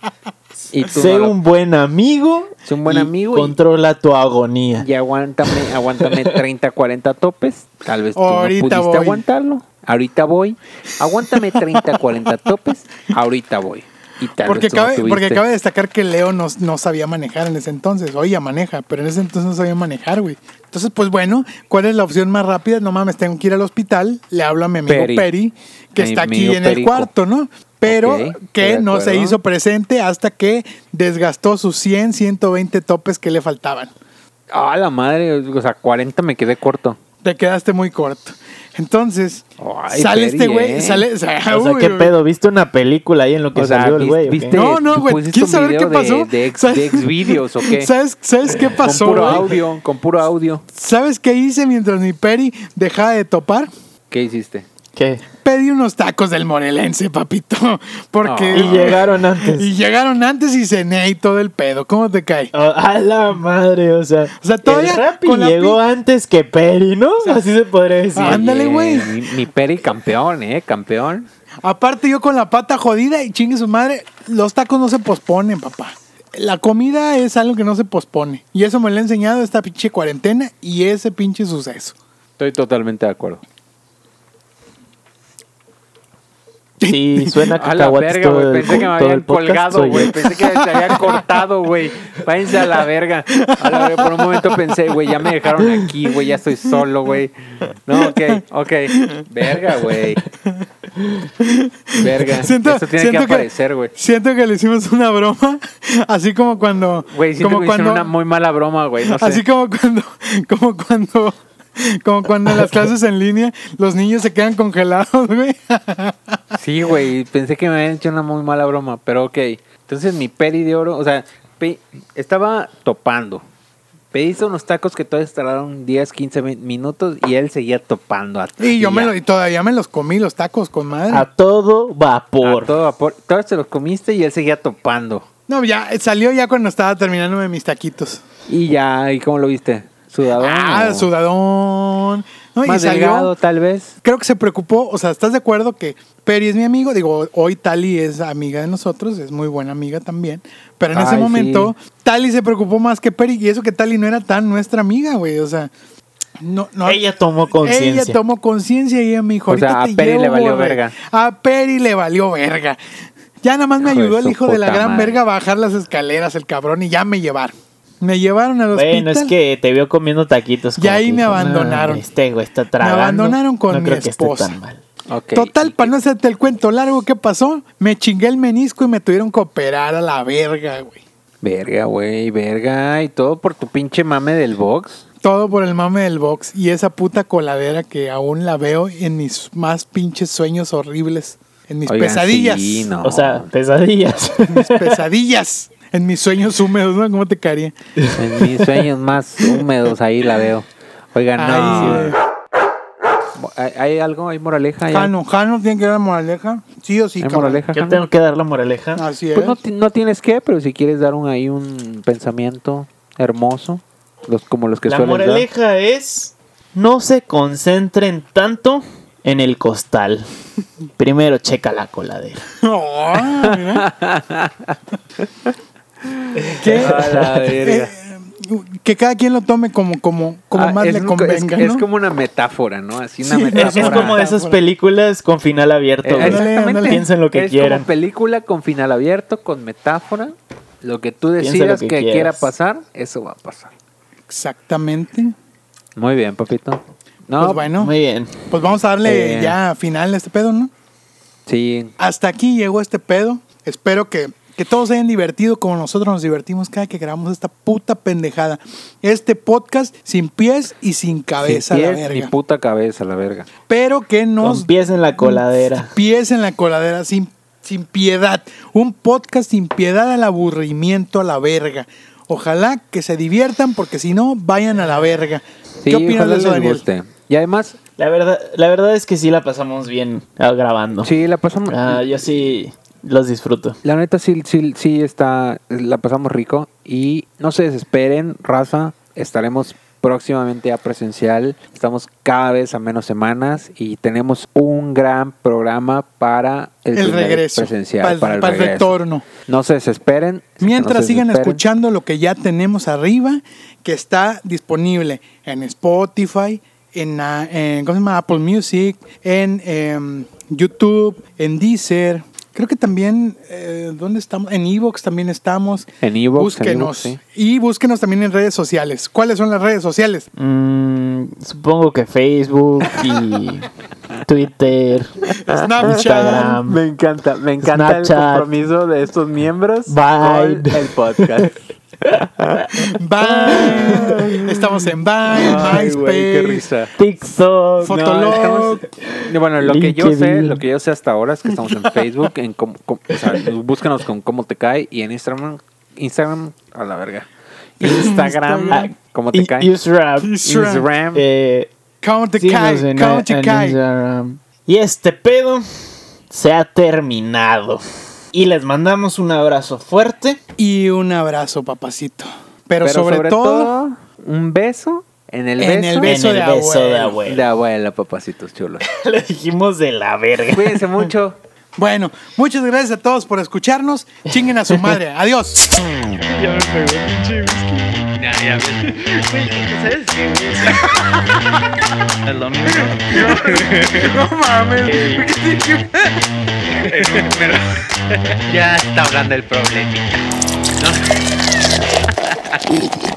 Speaker 2: y tú
Speaker 3: Sé
Speaker 2: no lo-
Speaker 3: un buen amigo.
Speaker 2: Sé un buen
Speaker 3: y
Speaker 2: amigo y-
Speaker 3: Controla tu agonía.
Speaker 2: Y aguántame, aguántame 30, 40 topes. Tal vez tú
Speaker 1: Ahorita
Speaker 2: no
Speaker 1: voy.
Speaker 2: pudiste aguantarlo. Ahorita voy. Aguántame 30, 40 topes. Ahorita voy. Y tal
Speaker 1: Porque
Speaker 2: vez tú no
Speaker 1: cabe, porque
Speaker 2: tuviste.
Speaker 1: cabe destacar que Leo no, no sabía manejar en ese entonces. Hoy ya maneja, pero en ese entonces no sabía manejar, güey. Entonces, pues bueno, ¿cuál es la opción más rápida? No mames, tengo que ir al hospital. Le hablo a mi amigo
Speaker 2: Peri.
Speaker 1: Peri, que
Speaker 2: Mi
Speaker 1: está aquí
Speaker 2: amigo
Speaker 1: en el
Speaker 2: Perico.
Speaker 1: cuarto, ¿no? Pero
Speaker 2: Ok, estoy
Speaker 1: que
Speaker 2: de
Speaker 1: no se
Speaker 2: acuerdo.
Speaker 1: hizo presente hasta que desgastó sus 100, 120 topes que le faltaban.
Speaker 2: Ah, la madre. O sea, 40 me quedé corto.
Speaker 1: Te quedaste muy corto. Entonces,
Speaker 2: Ay,
Speaker 1: sale
Speaker 2: Peri,
Speaker 1: este güey,
Speaker 2: eh.
Speaker 1: sale... O sea,
Speaker 3: O sea,
Speaker 1: uy,
Speaker 3: ¿qué
Speaker 1: güey.
Speaker 3: pedo? ¿Viste una película ahí en lo que
Speaker 2: O sea,
Speaker 3: salió el
Speaker 2: vis-
Speaker 3: güey? o qué?
Speaker 2: viste-
Speaker 1: No, no,
Speaker 2: ¿Tú
Speaker 1: güey.
Speaker 2: pusiste
Speaker 1: ¿Quieres
Speaker 2: un
Speaker 1: saber qué
Speaker 2: video de-
Speaker 1: pasó?
Speaker 2: de ex-
Speaker 1: ¿Sabes-
Speaker 2: de exvideos o qué?
Speaker 1: ¿Sabes, ¿Sabes qué pasó?
Speaker 2: con puro
Speaker 1: güey?
Speaker 2: audio. Con puro audio.
Speaker 1: ¿Sabes qué hice mientras mi Peri dejaba de topar?
Speaker 2: ¿Qué hiciste?
Speaker 3: ¿Qué?
Speaker 1: Pedí unos tacos del morelense, papito. Porque.
Speaker 2: Ah.
Speaker 3: Y llegaron
Speaker 1: Y
Speaker 3: antes.
Speaker 1: llegaron antes y cené y todo el pedo. ¿Cómo te cae?
Speaker 3: Oh, a la madre, o sea.
Speaker 1: O sea, todavía
Speaker 3: El Rappi
Speaker 1: con la
Speaker 3: llegó
Speaker 1: pi-
Speaker 3: antes que Peri, ¿no? Así se podría decir.
Speaker 1: Ah, ándale,
Speaker 2: Oye,
Speaker 1: güey.
Speaker 2: Mi, mi peri campeón, ¿eh? Campeón.
Speaker 1: Aparte, yo con la pata jodida y chingue su madre. Los tacos no se posponen, papá. La comida es algo que no se pospone. Y eso me lo ha enseñado esta pinche cuarentena y ese pinche suceso.
Speaker 2: Estoy totalmente de acuerdo.
Speaker 3: Sí, suena
Speaker 2: A la
Speaker 3: cacahuates
Speaker 2: verga,
Speaker 3: todo
Speaker 2: güey.
Speaker 3: el-
Speaker 2: Pensé que me
Speaker 3: todo el
Speaker 2: habían
Speaker 3: podcast,
Speaker 2: colgado,
Speaker 3: oye.
Speaker 2: güey. Pensé que se habían cortado, güey. Váyanse a la verga. A la verga. Por un momento pensé, güey, ya me dejaron aquí, güey. Ya estoy solo, güey. No, ok, ok. Verga, güey. Verga. Esto tiene que
Speaker 1: siento
Speaker 2: aparecer, güey.
Speaker 1: Siento que le hicimos una broma, así como cuando.
Speaker 2: Güey, siento
Speaker 1: como
Speaker 2: que hicieron una muy mala broma, güey. No sé.
Speaker 1: Así como cuando, como cuando, como cuando en las clases en línea los niños se quedan congelados, güey.
Speaker 2: Sí, güey, pensé que me habían hecho una muy mala broma, pero ok. Entonces mi peri de oro, o sea, pe- estaba topando. Pediste unos tacos que todavía tardaron 10, 15 mi- minutos y él seguía topando. a-
Speaker 1: Y yo me lo,
Speaker 2: a-
Speaker 1: y todavía me los comí los tacos con madre.
Speaker 2: Ah.
Speaker 3: A todo
Speaker 2: a
Speaker 3: vapor.
Speaker 2: todo vapor. Todavía se los comiste y él seguía topando.
Speaker 1: No, ya eh, salió ya cuando estaba terminándome mis taquitos.
Speaker 2: Y ya, ¿y cómo lo viste? Sudadón.
Speaker 1: Ah,
Speaker 2: o-
Speaker 1: sudadón. No, y
Speaker 2: Oh. Más
Speaker 1: salió.
Speaker 2: delgado, tal vez.
Speaker 1: Creo que se preocupó, o sea, ¿estás de acuerdo que Peri es mi amigo? Digo, hoy Tali es amiga de nosotros, es muy buena amiga también. Pero en ese
Speaker 2: Ay,
Speaker 1: momento, Tali se preocupó más que Peri, y eso que Tali no era tan nuestra amiga, güey. O sea, no, no.
Speaker 3: Ella tomó
Speaker 1: Ella
Speaker 3: conciencia.
Speaker 1: tomó conciencia y ella me dijo,
Speaker 2: O sea,
Speaker 1: "Ahorita te
Speaker 2: a Peri
Speaker 1: llevo,
Speaker 2: le valió
Speaker 1: güey".
Speaker 2: verga.
Speaker 1: A Peri le valió verga. Ya nada más me
Speaker 2: Hijo de
Speaker 1: ayudó el
Speaker 2: su
Speaker 1: hijo de la
Speaker 2: puta
Speaker 1: gran
Speaker 2: madre.
Speaker 1: verga a bajar las escaleras, el cabrón, y ya me llevaron. Me llevaron al hospital.
Speaker 3: Bueno, es que te vio comiendo taquitos.
Speaker 1: Y
Speaker 3: como
Speaker 1: ahí
Speaker 3: que
Speaker 1: me
Speaker 3: dijo,
Speaker 1: abandonaron.
Speaker 3: "Nah, Este güey está tragando.
Speaker 1: abandonaron con
Speaker 3: No
Speaker 1: mi
Speaker 3: creo que esté
Speaker 1: esposa.
Speaker 3: tan mal".
Speaker 2: Ok.
Speaker 1: Total, para no hacerte el cuento largo, ¿qué pasó? Me chingué el menisco y me tuvieron que operar a la verga, güey.
Speaker 2: Verga, güey, verga. Y todo por tu pinche mame del box.
Speaker 1: Todo por el mame del box y esa puta coladera que aún la veo en mis más pinches sueños horribles, en mis
Speaker 2: Oigan,
Speaker 1: pesadillas.
Speaker 2: sí, no.
Speaker 3: O sea, pesadillas.
Speaker 1: Mis pesadillas. En mis sueños húmedos, ¿no? ¿Cómo te caería?
Speaker 2: En mis sueños más húmedos ahí la veo. Oigan,
Speaker 1: Ay,
Speaker 2: Ah, no. ¿Hay, hay algo? ¿Hay moraleja? ¿Hay,
Speaker 1: Jano, Jano tiene que dar moraleja. Sí o sí,
Speaker 2: ¿hay
Speaker 1: Ah, cabrón.
Speaker 2: moraleja?
Speaker 3: Yo
Speaker 2: Jano?
Speaker 3: tengo que dar la moraleja.
Speaker 1: Así es.
Speaker 2: Pues no, ti- no tienes que, pero si quieres dar un, ahí un pensamiento hermoso, los, como los que
Speaker 3: la
Speaker 2: suelen dar.
Speaker 3: moraleja es no se concentren tanto en el costal. Primero checa la coladera.
Speaker 1: Oh, mira. ¿Qué?
Speaker 2: A la verga.
Speaker 1: Eh, que cada quien lo tome como, como, como
Speaker 2: Ah,
Speaker 1: más
Speaker 2: es
Speaker 1: le
Speaker 2: un co- es-
Speaker 1: convenga,
Speaker 2: es,
Speaker 1: ¿no?
Speaker 2: como una metáfora, ¿no? Así una
Speaker 1: Sí, es-
Speaker 2: metáfora.
Speaker 3: Es, es como esas
Speaker 1: Metáfora.
Speaker 3: películas con final abierto.
Speaker 2: Eh,
Speaker 3: güey.
Speaker 1: ándale, ándale.
Speaker 3: Piensen lo que
Speaker 2: es
Speaker 3: quieran.
Speaker 2: como película con final abierto, con metáfora. Lo que tú
Speaker 3: Piensa
Speaker 2: decidas
Speaker 3: lo
Speaker 2: que,
Speaker 3: que quieras.
Speaker 2: quiera pasar, eso va a pasar.
Speaker 1: Exactamente.
Speaker 2: Muy bien, papito. No,
Speaker 1: pues bueno,
Speaker 3: Muy bien.
Speaker 1: pues vamos a darle
Speaker 2: Eh.
Speaker 1: ya final a este pedo, ¿no?
Speaker 2: Sí,
Speaker 1: Hasta aquí llegó este pedo. Espero que, que todos se hayan divertido como nosotros nos divertimos cada que grabamos esta puta pendejada. Este podcast sin pies y sin cabeza,
Speaker 2: sin
Speaker 1: la
Speaker 2: pies ni
Speaker 1: verga.
Speaker 2: puta cabeza, la verga.
Speaker 1: Pero que nos
Speaker 3: Con pies en la coladera.
Speaker 1: pies en la coladera, sin, sin piedad. Un podcast sin piedad al aburrimiento, a la verga. Ojalá que se diviertan, porque si no, vayan a la verga.
Speaker 2: Sí,
Speaker 1: ¿Qué opinas
Speaker 2: ojalá
Speaker 1: de eso,
Speaker 2: les
Speaker 1: Daniel?
Speaker 2: guste. Y además,
Speaker 3: La verdad, la verdad es que sí la pasamos bien ah, grabando.
Speaker 2: sí, la pasamos.
Speaker 3: Ah, yo sí los disfruto.
Speaker 2: La neta sí, sí, sí está, la pasamos rico y no se desesperen, raza, estaremos próximamente a presencial, estamos cada vez a menos semanas y tenemos un gran programa para el,
Speaker 1: El
Speaker 2: primer
Speaker 1: regreso,
Speaker 2: presencial,
Speaker 1: pa'l-
Speaker 2: para el,
Speaker 1: pa'l
Speaker 2: regreso.
Speaker 1: retorno.
Speaker 2: No se desesperen. que no
Speaker 1: Mientras
Speaker 2: se
Speaker 1: sigan
Speaker 2: desesperen.
Speaker 1: escuchando lo que ya tenemos arriba, que está disponible en Spotify, en, ah, en, ¿cómo se llama? Apple Music, en em, YouTube, en Deezer. Creo que también, eh, ¿dónde estamos? En Evox también estamos.
Speaker 2: En iVoox, en
Speaker 1: Búsquenos.
Speaker 2: iVoox, sí.
Speaker 1: Y búsquenos también en redes sociales. ¿Cuáles son las redes sociales?
Speaker 3: Mm, supongo que Facebook y Twitter,
Speaker 2: Ah,
Speaker 1: Snapchat.
Speaker 3: Instagram.
Speaker 2: Me encanta, me encanta
Speaker 3: Snapchat.
Speaker 2: el compromiso de estos miembros
Speaker 3: Bye.
Speaker 2: con el podcast.
Speaker 1: Vine. estamos en Vine,
Speaker 2: Ah. Ay,
Speaker 1: MySpace.
Speaker 2: güey, qué risa.
Speaker 3: TikTok.
Speaker 1: Fo- Fotolog.
Speaker 2: estamos- bueno, lo que yo sé,
Speaker 3: LinkedIn.
Speaker 2: lo que yo sé hasta ahora es que estamos en Facebook, en cómo- cómo- o sea, búscanos con cómo te cae y en Instagram, Instagram a la verga. Instagram, cómo te
Speaker 3: Y-
Speaker 2: cae.
Speaker 3: Instagram.
Speaker 2: Instagram.
Speaker 3: Eh,
Speaker 1: Count the
Speaker 3: síguenos
Speaker 1: Kai,
Speaker 3: en-
Speaker 1: Count the
Speaker 3: en
Speaker 1: Kai.
Speaker 3: Instagram. Y este pedo se ha terminado. Y les mandamos un abrazo fuerte.
Speaker 1: Y un abrazo, papacito. Pero,
Speaker 2: Pero
Speaker 1: sobre, todo
Speaker 2: un beso en el
Speaker 1: En
Speaker 2: beso,
Speaker 1: el beso
Speaker 3: en el
Speaker 1: de
Speaker 3: beso de
Speaker 1: abuelo.
Speaker 3: abuelo.
Speaker 2: de abuela, papacitos chulos.
Speaker 3: Le dijimos de la verga.
Speaker 2: Cuídense mucho.
Speaker 1: Bueno, muchas gracias a todos por escucharnos. Chinguen a su madre. Adiós.
Speaker 6: Ya me pegó el pinche whisky. Nah, ya me. Güey, ¿sabes qué, güey? Es lo mismo. No, mames. ya está hablando el problema.